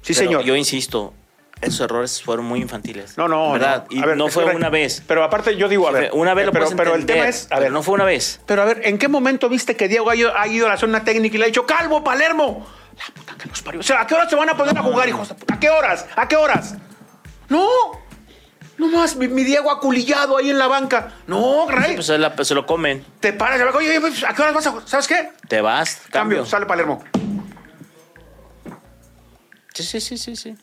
Speaker 1: Sí,
Speaker 2: Pero
Speaker 1: señor.
Speaker 2: Yo insisto, esos errores fueron muy infantiles.
Speaker 1: No, no,
Speaker 2: ¿Verdad?
Speaker 1: no.
Speaker 2: Y
Speaker 1: A ver,
Speaker 2: no
Speaker 1: es
Speaker 2: fue
Speaker 1: que Ray-
Speaker 2: una vez.
Speaker 1: Pero aparte yo digo, a ver, eh,
Speaker 2: una vez lo
Speaker 1: pero,
Speaker 2: puedes
Speaker 1: pero el
Speaker 2: entender,
Speaker 1: tema es, a
Speaker 2: pero
Speaker 1: ver,
Speaker 2: no fue una vez.
Speaker 1: Pero a ver, ¿en qué momento viste que Diego ha ido, ha ido a la zona técnica y le ha dicho, Calvo, Palermo? La puta que los parió. O sea, ¿a qué horas se van a poner a jugar, hijos de puta? ¿A qué horas? ¿A qué horas? No. No más, mi, mi Diego aculillado ahí en la banca. No, Ray.
Speaker 2: Pues se, la- pues se lo comen.
Speaker 1: te paras, y le digo, oye, oye, pues, ¿a qué horas vas a jugar? ¿Sabes qué?
Speaker 2: Te vas,
Speaker 1: Cambio,
Speaker 2: cambio.
Speaker 1: sale Palermo.
Speaker 2: Sí, sí, sí, sí, sí.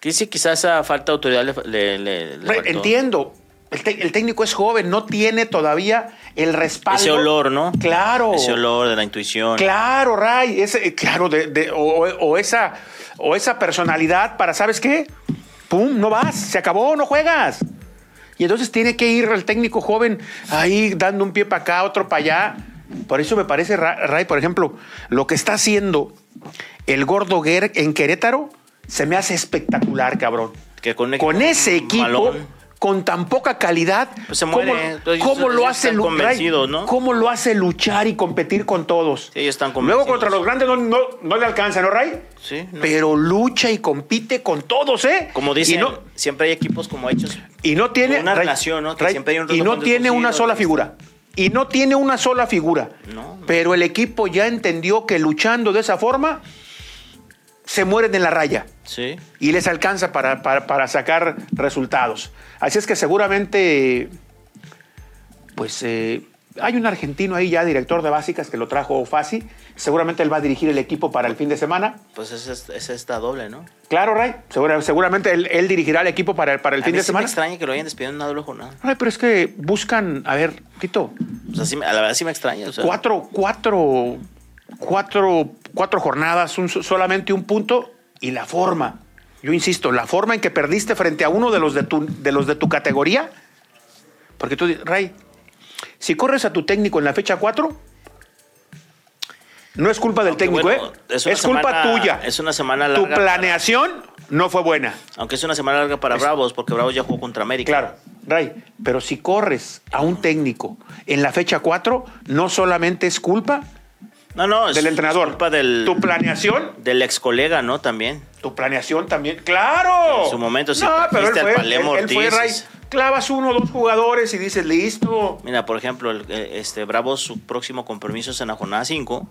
Speaker 2: Que sí, quizás a falta de autoridad le, le, le- le
Speaker 1: Hombre,
Speaker 2: faltó
Speaker 1: entiendo. El, te- el técnico es joven, no tiene todavía el respaldo.
Speaker 2: Ese olor, ¿no?
Speaker 1: Claro.
Speaker 2: Ese olor de la intuición.
Speaker 1: Claro, Ray. Ese, eh, claro, de, de- o, o esa, o esa personalidad para, ¿sabes qué? ¡Pum! No vas, se acabó, no juegas. Y entonces tiene que ir el técnico joven ahí dando un pie para acá, otro para allá. Por eso me parece, Ra- Ray, por ejemplo, lo que está haciendo el gordo Guer en Querétaro se me hace espectacular, cabrón.
Speaker 2: Que con, un
Speaker 1: Con ese equipo,
Speaker 2: malón.
Speaker 1: con tan poca calidad,
Speaker 2: Pues se
Speaker 1: ¿cómo-
Speaker 2: muere. Ellos-
Speaker 1: ¿cómo, lo
Speaker 2: ellos
Speaker 1: hace
Speaker 2: están
Speaker 1: lu- Ray,
Speaker 2: convencidos, ¿no?
Speaker 1: ¿Cómo lo hace luchar y competir con todos?
Speaker 2: Sí, ellos están
Speaker 1: Luego
Speaker 2: convencidos.
Speaker 1: contra los grandes no, no, no le alcanza, ¿no, Ray?
Speaker 2: Sí, no.
Speaker 1: Pero lucha y compite con todos, ¿eh?
Speaker 2: Como
Speaker 1: Y
Speaker 2: dicen,
Speaker 1: no,
Speaker 2: siempre hay equipos como hechos.
Speaker 1: y no tiene.
Speaker 2: Una relación, ¿no? Que siempre hay un
Speaker 1: y no
Speaker 2: roto
Speaker 1: tiene una
Speaker 2: desconocido,
Speaker 1: sola
Speaker 2: ¿no?
Speaker 1: figura. Y no tiene una sola figura.
Speaker 2: No, no.
Speaker 1: Pero el equipo ya entendió que luchando de esa forma se mueren en la raya
Speaker 2: Sí.
Speaker 1: y les alcanza para, para- para sacar resultados. Así es que seguramente, pues eh, hay un argentino ahí ya, director de básicas, que lo trajo Fasi. Seguramente él va a dirigir el equipo para el fin de semana.
Speaker 2: Pues esa es, esa está doble, ¿no?
Speaker 1: Claro, Ray, segura- seguramente él, él dirigirá el equipo para, el- para el
Speaker 2: A
Speaker 1: fin
Speaker 2: mí
Speaker 1: de
Speaker 2: sí Me
Speaker 1: semana.
Speaker 2: extraña que lo hayan despedido en una doble jornada.
Speaker 1: Ay, pero es que buscan, a ver, Tito,
Speaker 2: O sea, sí me- a la verdad sí me extraña. o sea,
Speaker 1: cuatro, cuatro, cuatro, cuatro jornadas, un- solamente un punto y la forma. Yo insisto, la forma en que perdiste frente a uno de los de tu, de los de tu categoría. Porque tú dices, Ray, si corres a tu técnico en la fecha 4, no es culpa del
Speaker 2: aunque
Speaker 1: técnico,
Speaker 2: bueno,
Speaker 1: ¿eh?
Speaker 2: Es,
Speaker 1: Es,
Speaker 2: una
Speaker 1: culpa
Speaker 2: semana-
Speaker 1: tuya.
Speaker 2: Es una semana larga.
Speaker 1: tu planeación no fue buena.
Speaker 2: para- aunque es una semana larga para Bravos, porque Bravos ya jugó contra América.
Speaker 1: Claro, Ray, pero si corres a un técnico en la fecha 4, no solamente es culpa
Speaker 2: No, no. es-
Speaker 1: del
Speaker 2: Es
Speaker 1: entrenador.
Speaker 2: culpa Pues, del,
Speaker 1: Tu planeación,
Speaker 2: del ex colega, ¿no? También.
Speaker 1: tu planeación también. ¡Claro!
Speaker 2: En su momento, si trajiste al Palermo
Speaker 1: él- él fue,
Speaker 2: Ortiz,
Speaker 1: Ray,
Speaker 2: es-
Speaker 1: clavas uno o dos jugadores y dices, listo.
Speaker 2: Mira, por ejemplo, el- eh, este Bravos, su próximo compromiso es en la jornada 5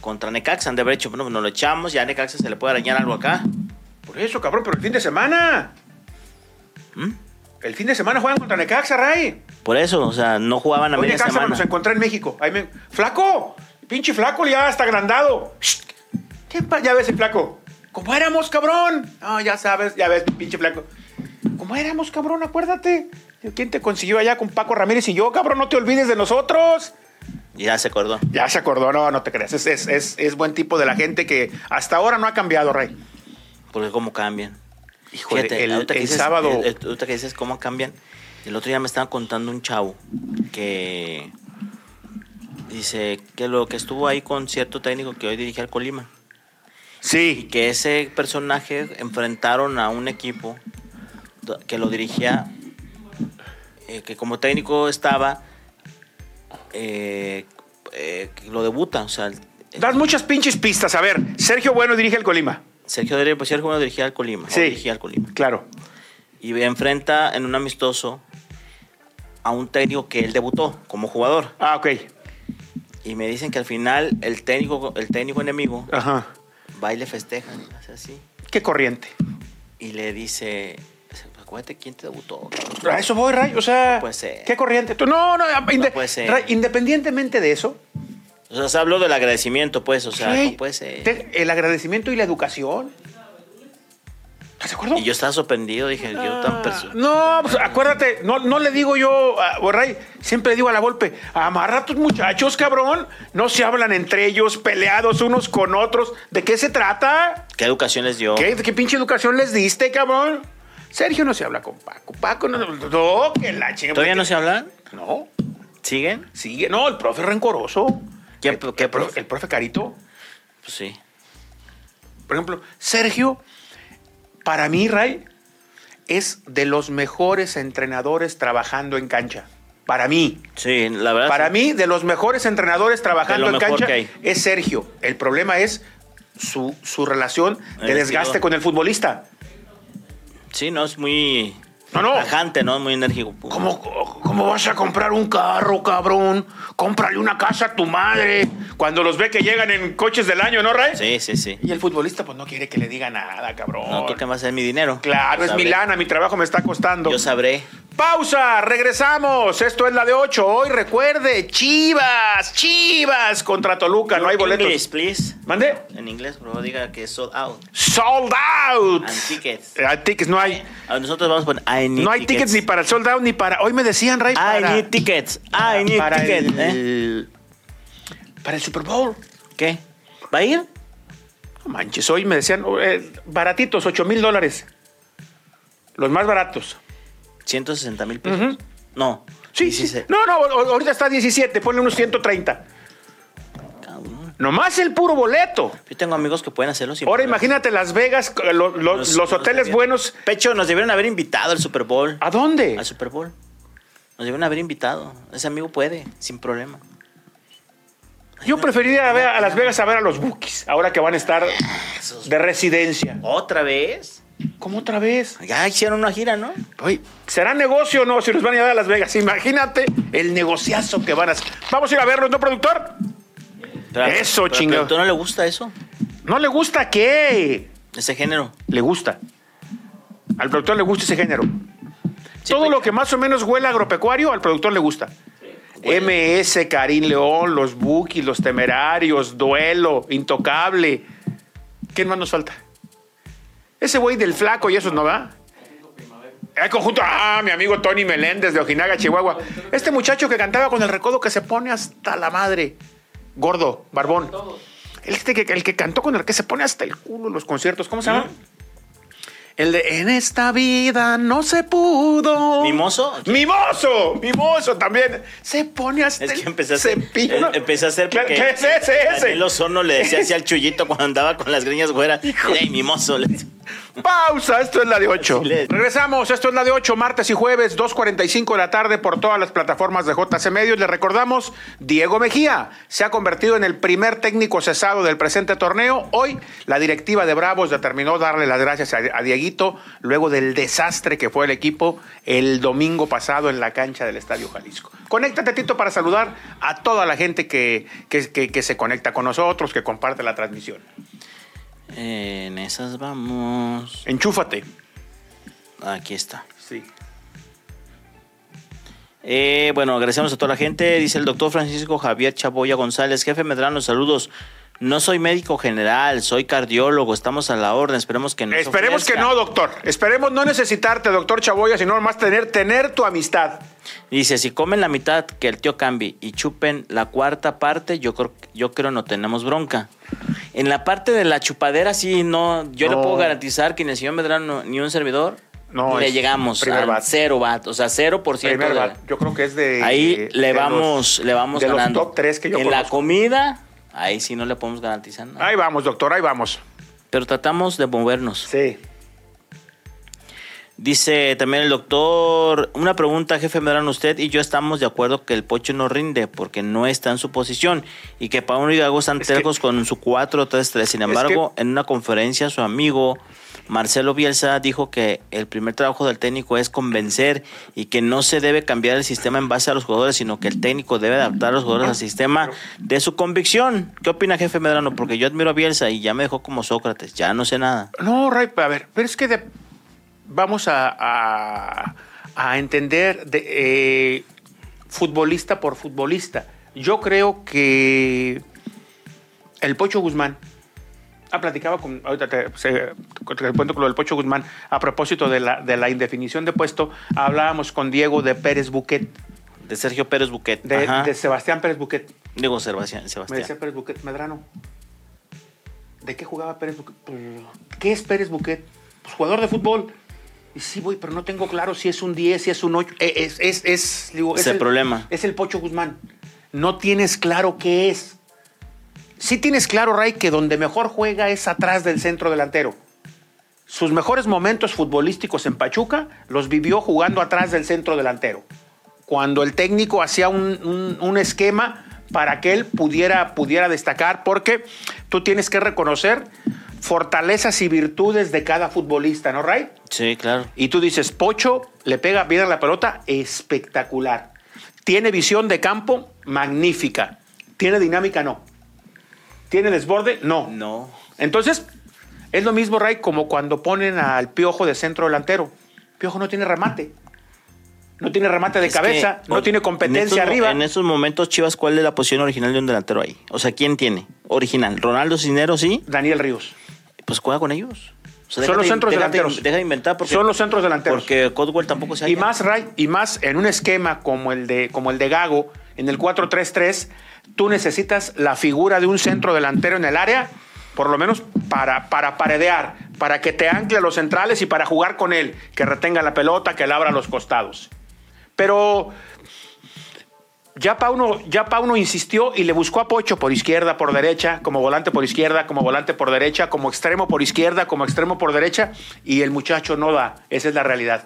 Speaker 2: contra Necaxa. Han de haber hecho, bueno, pues nos lo echamos, ya a Necaxa se le puede arañar algo acá.
Speaker 1: Por eso, cabrón, pero el fin de semana.
Speaker 2: ¿Mm?
Speaker 1: El fin de semana juegan contra Necaxa, Ray.
Speaker 2: Por eso, o sea, no jugaban a
Speaker 1: Hoy
Speaker 2: media
Speaker 1: Necaxa me
Speaker 2: semana.
Speaker 1: los encontré en México. Ahí me- ¡Flaco! ¡Pinche flaco! Ya está agrandado. Shh. ¿Qué pa- ya ves el flaco? ¿Cómo éramos, cabrón? Ah, ya sabes, ya ves, pinche flaco. ¿Cómo éramos, cabrón? Acuérdate. ¿Quién te consiguió allá con Paco Ramírez y yo, cabrón? No te olvides de nosotros.
Speaker 2: Y ya se acordó.
Speaker 1: Ya se acordó, no, no te creas. Es, es, es, es buen tipo de la gente que hasta ahora no ha cambiado, Rey.
Speaker 2: Porque cómo cambian.
Speaker 1: Híjole, el-
Speaker 2: ahorita que
Speaker 1: el
Speaker 2: dices-
Speaker 1: sábado-
Speaker 2: el- el- ahorita que dices cómo cambian. El otro día me estaba contando un chavo que dice que lo que estuvo ahí con cierto técnico que hoy dirige al Colima. Y
Speaker 1: Sí.
Speaker 2: que ese personaje enfrentaron a un equipo do- que lo dirigía, eh, que como técnico estaba, eh, eh, que lo debuta. O sea, el-
Speaker 1: Das muchas pinches pistas. A ver, Sergio Bueno dirige el Colima.
Speaker 2: Sergio Derry, pues Sergio Bueno dirigía al Colima. o
Speaker 1: Sí.
Speaker 2: dirigía al Colima.
Speaker 1: Claro.
Speaker 2: y enfrenta en un amistoso a un técnico que él debutó como jugador.
Speaker 1: Ah, ok.
Speaker 2: Y me dicen que al final el técnico, el técnico enemigo
Speaker 1: Ajá.
Speaker 2: va y le festeja, hace así,
Speaker 1: Qué corriente.
Speaker 2: y le dice, acuérdate quién te debutó.
Speaker 1: A eso voy, Ray. O sea,
Speaker 2: No puede ser.
Speaker 1: qué corriente. Tú- no, no, inde-
Speaker 2: puede ser.
Speaker 1: Ray, independientemente de eso,
Speaker 2: O sea, se habló del agradecimiento, pues, o sea,
Speaker 1: Rey,
Speaker 2: no puede ser.
Speaker 1: te- el agradecimiento y la educación. ¿Estás de acuerdo?
Speaker 2: Y yo estaba sorprendido, dije, yo
Speaker 1: Ah.
Speaker 2: tan persona.
Speaker 1: No, pues acuérdate, no, no le digo yo, a Borray, siempre le digo a la golpe, amarra a tus muchachos, cabrón. No se hablan entre ellos, peleados unos con otros. ¿De qué se trata?
Speaker 2: ¿Qué educación les dio?
Speaker 1: ¿Qué, qué pinche educación les diste, cabrón? Sergio no se habla con Paco. Paco no, no que la chingada.
Speaker 2: ¿Todavía no se hablan?
Speaker 1: No,
Speaker 2: ¿Siguen?
Speaker 1: sigue. No, el profe rencoroso.
Speaker 2: ¿Qué-
Speaker 1: El-
Speaker 2: qué
Speaker 1: el
Speaker 2: profe?
Speaker 1: El profe Carito.
Speaker 2: Pues sí.
Speaker 1: Por ejemplo, Sergio, para mí, Ray, es de los mejores entrenadores trabajando en cancha. Para mí.
Speaker 2: Sí, la verdad.
Speaker 1: Para
Speaker 2: Ah, sí.
Speaker 1: mí, de los mejores entrenadores trabajando
Speaker 2: De lo
Speaker 1: en
Speaker 2: mejor
Speaker 1: cancha
Speaker 2: que hay.
Speaker 1: es Sergio. El problema es su, su relación de
Speaker 2: El
Speaker 1: desgaste
Speaker 2: estilo.
Speaker 1: con el futbolista.
Speaker 2: Sí, no, es muy.
Speaker 1: No, no.
Speaker 2: Tajante, ¿no? Muy enérgico.
Speaker 1: ¿Cómo, ¿Cómo vas a comprar un carro, cabrón? Cómprale una casa a tu madre. Cuando los ve que llegan en coches del año, ¿no, Ray?
Speaker 2: Sí, sí, sí.
Speaker 1: Y el futbolista, pues no quiere que le diga nada, cabrón.
Speaker 2: No, tú qué vas a hacer mi dinero.
Speaker 1: Claro,
Speaker 2: Yo
Speaker 1: es
Speaker 2: sabré.
Speaker 1: mi lana, mi trabajo me está costando.
Speaker 2: Yo sabré.
Speaker 1: Pausa, regresamos. Esto es la de 8. Hoy recuerde, Chivas, Chivas contra Toluca. No hay
Speaker 2: English,
Speaker 1: boletos.
Speaker 2: please.
Speaker 1: ¿Mande?
Speaker 2: En inglés, por favor, diga que sold out.
Speaker 1: Sold out.
Speaker 2: And tickets.
Speaker 1: Eh, hay tickets, no hay.
Speaker 2: A nosotros vamos a poner I need
Speaker 1: No hay tickets ni para el sold out ni para. Hoy me decían, Ray,
Speaker 2: I
Speaker 1: para.
Speaker 2: need tickets. I need
Speaker 1: para
Speaker 2: tickets.
Speaker 1: el,
Speaker 2: ¿eh?
Speaker 1: para el Super Bowl.
Speaker 2: ¿Qué? ¿Va a ir?
Speaker 1: No manches, hoy me decían eh, baratitos, 8 mil dólares. Los más baratos.
Speaker 2: 160 mil pesos.
Speaker 1: Ujú.
Speaker 2: No.
Speaker 1: Sí, sí.
Speaker 2: 16.
Speaker 1: No, no, ahor- ahorita está 17, ponle unos 130.
Speaker 2: Cabrón.
Speaker 1: Nomás el puro boleto.
Speaker 2: Yo tengo amigos que pueden hacerlo. sin
Speaker 1: Ahora
Speaker 2: problema.
Speaker 1: imagínate Las Vegas, lo- lo- los, hoteles
Speaker 2: debieron-
Speaker 1: buenos.
Speaker 2: Pecho, nos debieron haber invitado al Super Bowl.
Speaker 1: ¿A dónde?
Speaker 2: Al Super Bowl. Nos debieron haber invitado. Ese amigo puede, sin problema.
Speaker 1: Yo preferiría a, ver- a Las Vegas a ver a los Bookies, ahora que van a estar
Speaker 2: Esos-
Speaker 1: de residencia.
Speaker 2: ¿Otra vez?
Speaker 1: ¿Cómo otra vez?
Speaker 2: Ya hicieron una gira, ¿no?
Speaker 1: Oye, ¿será negocio o no si los van a llevar a Las Vegas? Imagínate el negociazo que van a hacer. Vamos a ir a verlos, ¿no, productor? Eso, chingado.
Speaker 2: ¿A no le gusta eso?
Speaker 1: ¿No le gusta qué?
Speaker 2: Ese género.
Speaker 1: Le gusta. Al productor le gusta ese género.
Speaker 2: Sí,
Speaker 1: Todo
Speaker 2: pues.
Speaker 1: lo que más o menos huele a agropecuario, al productor le gusta. MS, Karim León, los Bookies, los Temerarios, Duelo, Intocable. ¿Quién más nos falta? Ese güey del flaco y esos, ¿no va? El conjunto, ah, mi amigo Tony Meléndez de Ojinaga, Chihuahua. Este muchacho que cantaba con el recodo que se pone hasta la madre. Gordo, barbón. El, este que, el que cantó con el que se pone hasta el culo en los conciertos. ¿Cómo se llama? El de En esta vida no se pudo.
Speaker 2: ¿Mimoso?
Speaker 1: Mimoso, mimoso también. Se pone hasta
Speaker 2: Es que
Speaker 1: el
Speaker 2: empecé a hacer.
Speaker 1: cepillo.
Speaker 2: em- empecé a hacer
Speaker 1: Claro,
Speaker 2: porque
Speaker 1: ¿Qué es ese? ese?
Speaker 2: Daniel Osorno le decía así al chullito cuando andaba con las greñas güeras. ¡Ey, mimoso! le-
Speaker 1: Pausa, esto es la de 8.
Speaker 2: Así le-
Speaker 1: Regresamos, esto es la de 8, martes y jueves, 2.45 de la tarde por todas las plataformas de JC Medios. Le recordamos, Diego Mejía se ha convertido en el primer técnico cesado del presente torneo. Hoy la directiva de Bravos determinó darle las gracias a, a Dieguito luego del desastre que fue el equipo el domingo pasado en la cancha del Estadio Jalisco. Conéctate, Tito, para saludar a toda la gente que, que- que- que se conecta con nosotros, que comparte la transmisión.
Speaker 2: En esas vamos.
Speaker 1: Enchúfate.
Speaker 2: Aquí está.
Speaker 1: Sí.
Speaker 2: Eh, bueno, agradecemos a toda la gente. Dice el doctor Francisco Javier Chaboya González, jefe Medrano, saludos. No soy médico general, soy cardiólogo, estamos a la orden, esperemos que no. se
Speaker 1: Esperemos que
Speaker 2: ofrezca.
Speaker 1: no, doctor. Esperemos no necesitarte, doctor Chaboya, sino nomás tener, tener tu amistad.
Speaker 2: Dice, si comen la mitad que el tío Cambi y chupen la cuarta parte, yo creo, yo creo no tenemos bronca. En la parte de la chupadera, sí, no, yo
Speaker 1: No.
Speaker 2: le puedo garantizar que ni el señor Medrano ni un servidor
Speaker 1: No,
Speaker 2: le
Speaker 1: es
Speaker 2: llegamos
Speaker 1: primer
Speaker 2: a
Speaker 1: bat.
Speaker 2: cero bat, o sea, cero por ciento.
Speaker 1: Primer
Speaker 2: de-
Speaker 1: bat, yo creo que es de.
Speaker 2: Ahí
Speaker 1: de
Speaker 2: le
Speaker 1: los-
Speaker 2: vamos, le vamos
Speaker 1: de
Speaker 2: ganando.
Speaker 1: Los top tres que yo
Speaker 2: en la
Speaker 1: conozco.
Speaker 2: comida, ahí sí no le podemos garantizar nada.
Speaker 1: Ahí vamos, doctor, ahí vamos.
Speaker 2: Pero tratamos de movernos.
Speaker 1: Sí.
Speaker 2: Dice también el doctor, una pregunta, jefe Medrano, usted y yo estamos de acuerdo que el Pocho no rinde porque no está en su posición y que Pauno y Gago están
Speaker 1: Es que-
Speaker 2: tercos con su 4-3-3. Sin embargo, en una conferencia su amigo Marcelo Bielsa dijo que el primer trabajo del técnico es convencer y que no se debe cambiar el sistema en base a los jugadores, sino que el técnico debe adaptar a los jugadores al sistema de su convicción. ¿Qué opina, jefe Medrano? Porque yo admiro a Bielsa y ya me dejó como Sócrates, ya no sé nada.
Speaker 1: No, Ray, a ver, pero es que de- vamos a, a- a entender de, eh, futbolista por futbolista. Yo creo que el Pocho Guzmán. Ah, platicaba con. Ahorita te, se- te cuento con lo del Pocho Guzmán. A propósito de la, de la indefinición de puesto, hablábamos con Diego de Pérez Buquet,
Speaker 2: De Sergio Pérez Buquet.
Speaker 1: de,
Speaker 2: Ajá.
Speaker 1: de Sebastián Pérez Buquet.
Speaker 2: Digo, Sebastián.
Speaker 1: Me
Speaker 2: Sebastián.
Speaker 1: decía Pérez Buquet, Medrano. ¿De qué jugaba Pérez Buquet? Pues, ¿Qué es Pérez Buquet? Pues jugador de fútbol. Y sí, voy, pero no tengo claro si es un 10, si es un 8. Eh, Es, es, es, digo,
Speaker 2: Es el problema.
Speaker 1: Es el Pocho Guzmán. No tienes claro qué es. Sí tienes claro, Ray, que donde mejor juega es atrás del centro delantero. Sus mejores momentos futbolísticos en Pachuca los vivió jugando atrás del centro delantero. Cuando el técnico hacía un, un- un esquema para que él pudiera, pudiera destacar, porque tú tienes que reconocer fortalezas y virtudes de cada futbolista, ¿no, Ray?
Speaker 2: Sí, claro.
Speaker 1: Y tú dices, Pocho le pega bien a la pelota, espectacular. Tiene visión de campo, magnífica. Tiene dinámica, no. Tiene desborde, no.
Speaker 2: No.
Speaker 1: Entonces, es lo mismo, Ray, como cuando ponen al piojo de centro delantero. Piojo no tiene remate. no tiene remate de
Speaker 2: Es
Speaker 1: cabeza,
Speaker 2: que,
Speaker 1: no
Speaker 2: o-
Speaker 1: tiene competencia
Speaker 2: en estos mo-
Speaker 1: arriba.
Speaker 2: En esos momentos, Chivas, ¿cuál es la posición original de un delantero ahí? O sea, ¿quién tiene? Original. Ronaldo Cisneros, sí.
Speaker 1: Daniel Ríos.
Speaker 2: Pues juega con ellos. O sea,
Speaker 1: Son los centros
Speaker 2: déjate-
Speaker 1: delanteros.
Speaker 2: Deja de inventar porque.
Speaker 1: Son los centros delanteros.
Speaker 2: Porque Codwell tampoco se
Speaker 1: Y
Speaker 2: halla.
Speaker 1: más, Ray, y más en un esquema como el de, como el de Gago, en el 4-3-3, tú necesitas la figura de un centro delantero en el área, por lo menos para, para paredear, para que te ancle a los centrales y para jugar con él, que retenga la pelota, que labra los costados. Pero ya Pauno, ya Pauno insistió y le buscó a Pocho por izquierda, por derecha, como volante por izquierda, como volante por derecha, como extremo por izquierda, como extremo por derecha, y el muchacho no da. Esa es la realidad.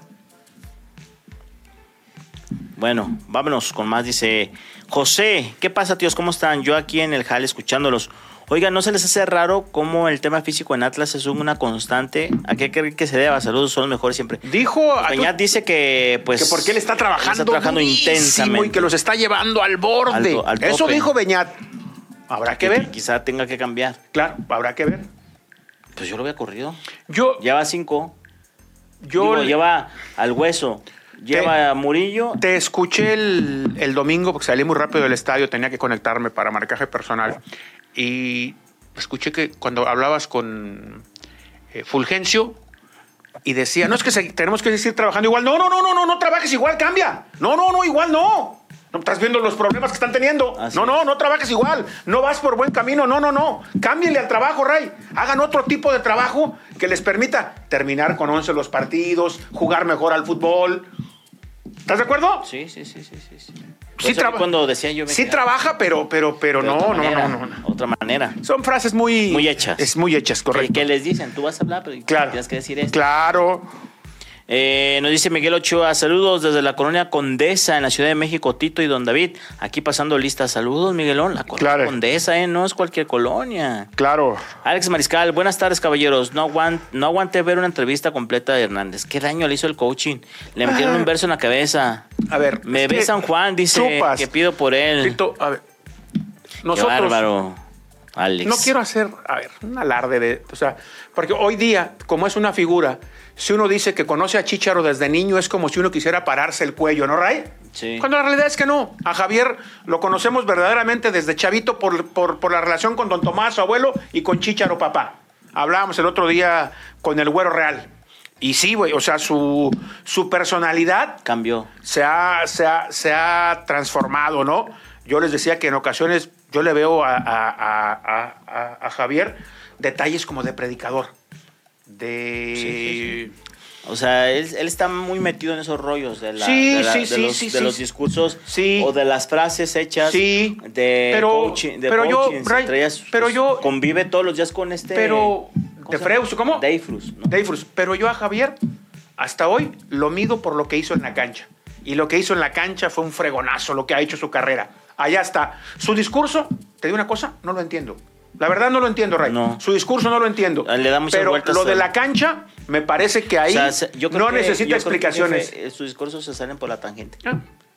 Speaker 2: Bueno, vámonos con más. Dice José, ¿qué pasa, tíos? ¿Cómo están? Yo aquí en el hall escuchándolos. Oigan, ¿no se les hace raro cómo el tema físico en Atlas es una constante? ¿A qué creen que se deba? Saludos, son los mejores siempre.
Speaker 1: Dijo a
Speaker 2: Peñat dice que, pues.
Speaker 1: Ah, que porque él está trabajando,
Speaker 2: está trabajando
Speaker 1: durísimo
Speaker 2: intensamente.
Speaker 1: y que los está llevando al borde.
Speaker 2: Al- al
Speaker 1: Eso
Speaker 2: tope.
Speaker 1: dijo Beñat. Habrá que
Speaker 2: que
Speaker 1: ver.
Speaker 2: Quizá tenga que cambiar.
Speaker 1: Claro, habrá que ver.
Speaker 2: Pues yo lo había corrido.
Speaker 1: Yo,
Speaker 2: Lleva cinco.
Speaker 1: yo
Speaker 2: Digo, lleva al hueso. Lleva a Murillo.
Speaker 1: te escuché el, el domingo porque salí muy rápido del estadio, tenía que conectarme para marcaje personal. Y escuché que cuando hablabas con eh, Fulgencio y decía, no es que se- tenemos que seguir trabajando igual. No, no, no, no, no, no trabajes igual, cambia. No, no, no, igual no. No estás viendo los problemas que están teniendo.
Speaker 2: Así
Speaker 1: no, no, no trabajes igual. No vas por buen camino. No, no, no. Cámbienle al trabajo, Ray. Hagan otro tipo de trabajo que les permita terminar con 11 los partidos, jugar mejor al fútbol. ¿Estás de acuerdo?
Speaker 2: Sí, sí, sí, sí, sí. sí.
Speaker 1: Sí
Speaker 2: Eso
Speaker 1: traba-
Speaker 2: cuando decía yo. me
Speaker 1: Sí
Speaker 2: quedaba.
Speaker 1: trabaja, pero, pero, pero,
Speaker 2: De
Speaker 1: no,
Speaker 2: otra
Speaker 1: no,
Speaker 2: manera,
Speaker 1: no, no, no.
Speaker 2: Otra manera.
Speaker 1: Son frases muy...
Speaker 2: Muy hechas.
Speaker 1: Es muy hechas, correcto.
Speaker 2: Que, que les dicen, tú vas a hablar, pero
Speaker 1: claro.
Speaker 2: tienes que decir esto.
Speaker 1: Claro.
Speaker 2: Eh, nos dice Miguel Ochoa, saludos desde la colonia Condesa en la Ciudad de México, Tito y Don David. Aquí pasando lista, saludos Miguelón, la colonia
Speaker 1: Claro.
Speaker 2: Condesa, eh, no es cualquier colonia.
Speaker 1: Claro.
Speaker 2: Alex Mariscal, buenas tardes caballeros. No, aguan- no aguanté ver una entrevista completa de Hernández. ¿Qué daño le hizo el coaching? Le metieron un verso en la cabeza.
Speaker 1: A ver.
Speaker 2: Me
Speaker 1: es que
Speaker 2: ve San Juan, dice
Speaker 1: chupas.
Speaker 2: que pido por él.
Speaker 1: Tito, a ver.
Speaker 2: Qué
Speaker 1: Nosotros...
Speaker 2: bárbaro. Alex.
Speaker 1: No quiero hacer, a ver, un alarde de. O sea, porque hoy día, como es una figura, si uno dice que conoce a Chicharo desde niño, es como si uno quisiera pararse el cuello, ¿no, Ray?
Speaker 2: Sí.
Speaker 1: Cuando la realidad es que no. A Javier lo conocemos verdaderamente desde chavito por, por- por la relación con don Tomás, su abuelo, y con Chicharo, papá. Hablábamos el otro día con el güero real. Y sí, güey, o sea, su, su personalidad
Speaker 2: Cambió.
Speaker 1: se ha, se ha- se ha transformado, ¿no? Yo les decía que en ocasiones yo le veo a, a- a- a- a- a Javier detalles como de predicador, de...
Speaker 2: Sí, O sea, él, él está muy metido en esos rollos de, la-
Speaker 1: Sí,
Speaker 2: de la-
Speaker 1: sí,
Speaker 2: de
Speaker 1: sí,
Speaker 2: los,
Speaker 1: sí,
Speaker 2: de
Speaker 1: sí.
Speaker 2: los discursos
Speaker 1: Sí.
Speaker 2: o de las frases hechas.
Speaker 1: Sí,
Speaker 2: De
Speaker 1: pero-
Speaker 2: coaching. De
Speaker 1: pero yo,
Speaker 2: coachings,
Speaker 1: Ray,
Speaker 2: entre ellas,
Speaker 1: pero
Speaker 2: pues,
Speaker 1: yo-
Speaker 2: Convive todos los días con este.
Speaker 1: Pero,
Speaker 2: ¿cómo
Speaker 1: de
Speaker 2: se llama?
Speaker 1: Freus, ¿cómo?
Speaker 2: Dave Freus, ¿no?
Speaker 1: Dave Rus. Pero yo a Javier, hasta hoy, lo mido por lo que hizo en la cancha. Y lo que hizo en la cancha fue un fregonazo, lo que ha hecho su carrera. Allá está. Su discurso, te digo una cosa, no lo entiendo. La verdad no lo entiendo, Ray.
Speaker 2: No. Ah,
Speaker 1: Su discurso no lo entiendo.
Speaker 2: Le da muchas
Speaker 1: Pero
Speaker 2: vueltas
Speaker 1: lo de
Speaker 2: al-
Speaker 1: la cancha, me parece que
Speaker 2: O
Speaker 1: ahí
Speaker 2: sea, se- yo creo
Speaker 1: no
Speaker 2: que-
Speaker 1: necesita
Speaker 2: yo creo que
Speaker 1: explicaciones.
Speaker 2: jefe, eh, sus discursos se salen por la tangente.
Speaker 1: Ah,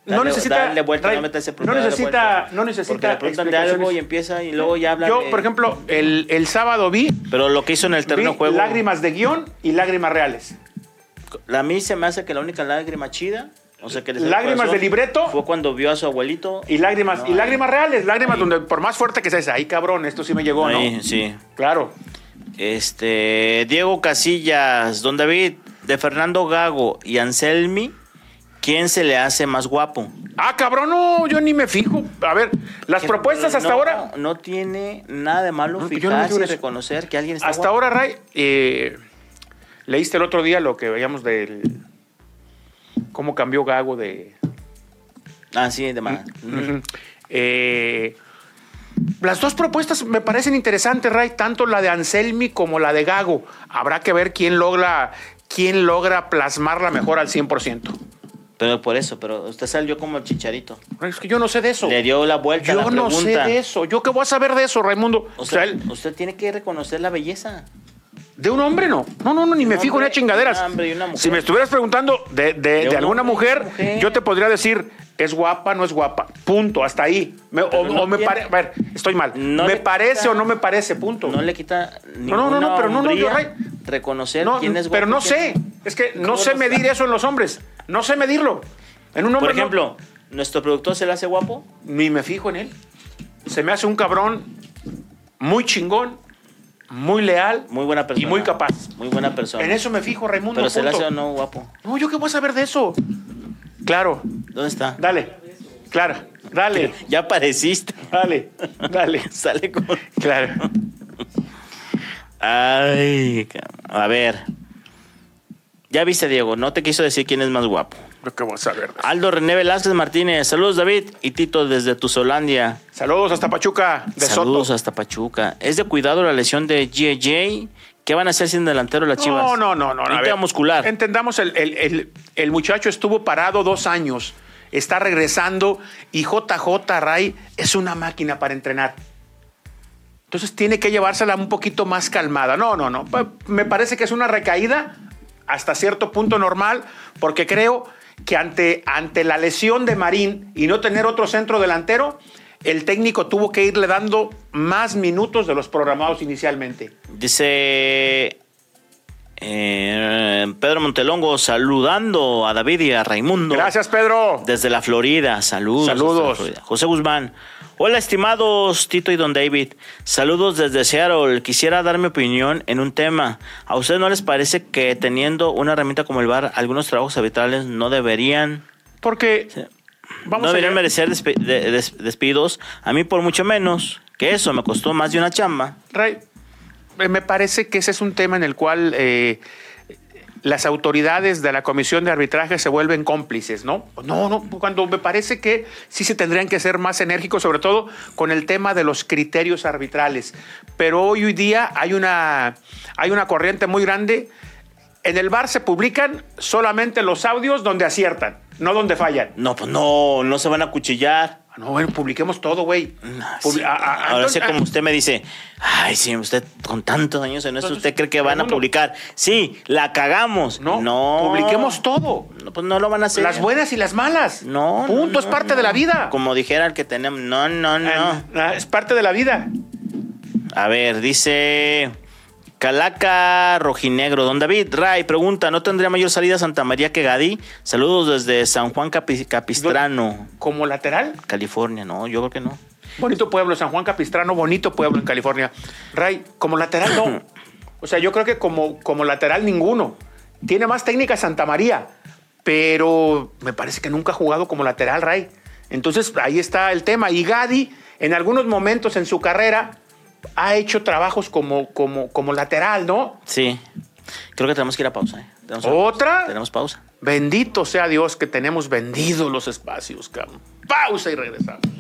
Speaker 2: Dale-
Speaker 1: no necesita,
Speaker 2: dale vuelta,
Speaker 1: Ray,
Speaker 2: no metas ese
Speaker 1: no
Speaker 2: problema, dale
Speaker 1: necesita,
Speaker 2: vuelta.
Speaker 1: no
Speaker 2: Porque
Speaker 1: necesita
Speaker 2: le preguntan de algo y
Speaker 1: explicaciones.
Speaker 2: empieza y luego ya habla.
Speaker 1: Yo,
Speaker 2: de-
Speaker 1: por ejemplo, el, el sábado vi
Speaker 2: Pero lo que hizo en el terreno de
Speaker 1: Vi
Speaker 2: juego.
Speaker 1: Lágrimas de guión y lágrimas reales.
Speaker 2: A mí se me hace que la única lágrima chida, o sea, que le salió
Speaker 1: Lágrimas
Speaker 2: corazón,
Speaker 1: de libreto.
Speaker 2: fue cuando vio a su abuelito.
Speaker 1: Y lágrimas,
Speaker 2: No, eh.
Speaker 1: y lágrimas reales, lágrimas
Speaker 2: ahí.
Speaker 1: donde por más fuerte que seas, ahí cabrón, esto sí me llegó, ¿no?
Speaker 2: Ahí, sí.
Speaker 1: Claro.
Speaker 2: Este, Diego Casillas, Don David, de Fernando Gago y Anselmi, ¿quién se le hace más guapo?
Speaker 1: Ah, cabrón, no, yo ni me fijo. A ver, las
Speaker 2: Que-
Speaker 1: propuestas hasta
Speaker 2: no-
Speaker 1: ahora,
Speaker 2: No tiene nada de malo
Speaker 1: No, yo no
Speaker 2: fijarse
Speaker 1: digo
Speaker 2: y
Speaker 1: eso.
Speaker 2: reconocer que alguien está
Speaker 1: hasta
Speaker 2: guapo.
Speaker 1: ahora, Ray, eh, leíste el otro día lo que veíamos del cómo cambió Gago de
Speaker 2: Ah, sí, de más.
Speaker 1: Ujú. Eh, las dos propuestas me parecen interesantes, Ray, tanto la de Anselmi como la de Gago. Habrá que ver quién logra, quién logra plasmarla mejor al 100%.
Speaker 2: Pero por eso, pero usted salió como el chicharito.
Speaker 1: Es que yo no sé de eso.
Speaker 2: Le dio la vuelta a la
Speaker 1: yo no sé
Speaker 2: pregunta.
Speaker 1: de eso. ¿Yo qué voy a saber de eso, Raimundo?
Speaker 2: O
Speaker 1: O
Speaker 2: sea,
Speaker 1: sea, el-
Speaker 2: usted tiene que reconocer la belleza.
Speaker 1: de un hombre no. No, no, no, ni me
Speaker 2: un
Speaker 1: fijo en
Speaker 2: hombre,
Speaker 1: esas chingaderas.
Speaker 2: un hombre y una mujer.
Speaker 1: Si me estuvieras preguntando de, de- de
Speaker 2: un
Speaker 1: alguna
Speaker 2: hombre y una
Speaker 1: mujer,
Speaker 2: mujer.
Speaker 1: yo te podría decir, es guapa, no es guapa. Punto, hasta ahí. Me- o
Speaker 2: Pero no
Speaker 1: o me
Speaker 2: tiene-
Speaker 1: parece. A ver, estoy mal.
Speaker 2: No
Speaker 1: ¿Me
Speaker 2: le
Speaker 1: parece
Speaker 2: quita-
Speaker 1: o no me parece? Punto.
Speaker 2: No le quita
Speaker 1: No, no, no, no,
Speaker 2: ninguna
Speaker 1: pero no, no, yo,
Speaker 2: hombría
Speaker 1: Ray.
Speaker 2: reconocer
Speaker 1: No,
Speaker 2: quién es
Speaker 1: pero
Speaker 2: guapo
Speaker 1: no
Speaker 2: y quién
Speaker 1: sé. Es que no
Speaker 2: ¿Cómo
Speaker 1: sé
Speaker 2: lo
Speaker 1: medir
Speaker 2: sabe?
Speaker 1: eso en los hombres. No sé medirlo. En un hombre
Speaker 2: Por
Speaker 1: no-
Speaker 2: ejemplo, nuestro productor se le hace guapo.
Speaker 1: ni me fijo en él. Se me hace un cabrón muy chingón, muy leal.
Speaker 2: Muy buena persona.
Speaker 1: Y muy capaz.
Speaker 2: Muy buena persona.
Speaker 1: En eso me fijo, Raimundo.
Speaker 2: Pero se le hace
Speaker 1: punto.
Speaker 2: o no guapo.
Speaker 1: No, yo qué voy a saber de eso. Claro,
Speaker 2: ¿Dónde está?
Speaker 1: dale. Claro, dale,
Speaker 2: Ya apareciste.
Speaker 1: dale, dale.
Speaker 2: Sale con.
Speaker 1: Claro.
Speaker 2: Ay, cabrón. a ver. Ya viste, Diego, no te quiso decir quién es más guapo.
Speaker 1: Yo qué voy a saber de eso.
Speaker 2: Aldo René Velázquez Martínez. Saludos, David. Y Tito desde Tuzolandia.
Speaker 1: Saludos hasta Pachuca de
Speaker 2: Saludos
Speaker 1: Soto.
Speaker 2: hasta Pachuca. ¿Es de cuidado la lesión de JJ? ¿Qué van a hacer sin delantero las chivas?
Speaker 1: No, no, no, no. a
Speaker 2: Limpia
Speaker 1: ver,
Speaker 2: muscular.
Speaker 1: Entendamos, el, el- el- el muchacho estuvo parado dos años, está regresando y JJ Ray es una máquina para entrenar. Entonces tiene que llevársela un poquito más calmada. No, no, no. Pa- Me parece que es una recaída hasta cierto punto normal, porque creo que ante, ante la lesión de Marín y no tener otro centro delantero, el técnico tuvo que irle dando más minutos de los programados inicialmente.
Speaker 2: Dice eh, Pedro Montelongo saludando a David y a Raimundo.
Speaker 1: Gracias, Pedro.
Speaker 2: Desde la Florida, saludos.
Speaker 1: Saludos.
Speaker 2: desde la Florida. José Guzmán. Hola, estimados Tito y Don David. Saludos desde Seattle. Quisiera dar mi opinión en un tema. ¿A ustedes no les parece que teniendo una herramienta como el bar, algunos trabajos arbitrales no deberían,
Speaker 1: Porque
Speaker 2: no
Speaker 1: vamos a
Speaker 2: deberían
Speaker 1: ver.
Speaker 2: merecer despe- de- des- despidos? A mí, por mucho menos, que eso me costó más de una chamba.
Speaker 1: Ray, eh, me parece que ese es un tema en el cual eh, las autoridades de la comisión de arbitraje se vuelven cómplices, ¿no? No, no, cuando me parece que sí se tendrían que ser más enérgicos, sobre todo con el tema de los criterios arbitrales. Pero hoy día hay una, hay una corriente muy grande. En el bar se publican solamente los audios donde aciertan, no donde fallan.
Speaker 2: No, pues no, no se van a cuchillar.
Speaker 1: Ah, No, bueno, publiquemos todo, güey. Publi- a- a-
Speaker 2: Ah, Ahora sé
Speaker 1: entonces- ah.
Speaker 2: como usted me dice, ay, sí, usted con tantos años en esto,
Speaker 1: Entonces,
Speaker 2: ¿usted cree que van a
Speaker 1: Raimundo.
Speaker 2: publicar? Sí, la cagamos.
Speaker 1: No,
Speaker 2: No, no.
Speaker 1: publiquemos todo.
Speaker 2: No, pues no lo van a hacer.
Speaker 1: Las buenas y las malas.
Speaker 2: No. no,
Speaker 1: Punto,
Speaker 2: no,
Speaker 1: es parte
Speaker 2: no.
Speaker 1: de la vida.
Speaker 2: Como dijera el que tenemos. No, no,
Speaker 1: Ah,
Speaker 2: no.
Speaker 1: ah, Es parte de la vida.
Speaker 2: A ver, dice. Calaca Rojinegro, don David Ray pregunta, ¿no tendría mayor salida Santa María que Gadí? Saludos desde San Juan Capi- Capistrano,
Speaker 1: Como lateral,
Speaker 2: California, no, yo creo que no.
Speaker 1: bonito pueblo, San Juan Capistrano, bonito pueblo en California. Ray, como lateral no. O sea, yo creo que como, como lateral ninguno. Tiene más técnica Santa María, pero me parece que nunca ha jugado como lateral, Ray. Entonces ahí está el tema. Y Gadi, en algunos momentos en su carrera, ha hecho trabajos como, como, como lateral, ¿no?
Speaker 2: Sí, creo que tenemos que ir a pausa. ¿eh? Tenemos una pausa.
Speaker 1: ¿Otra?
Speaker 2: Tenemos pausa.
Speaker 1: Bendito sea Dios que tenemos vendidos los espacios, cabrón. Pausa y regresamos.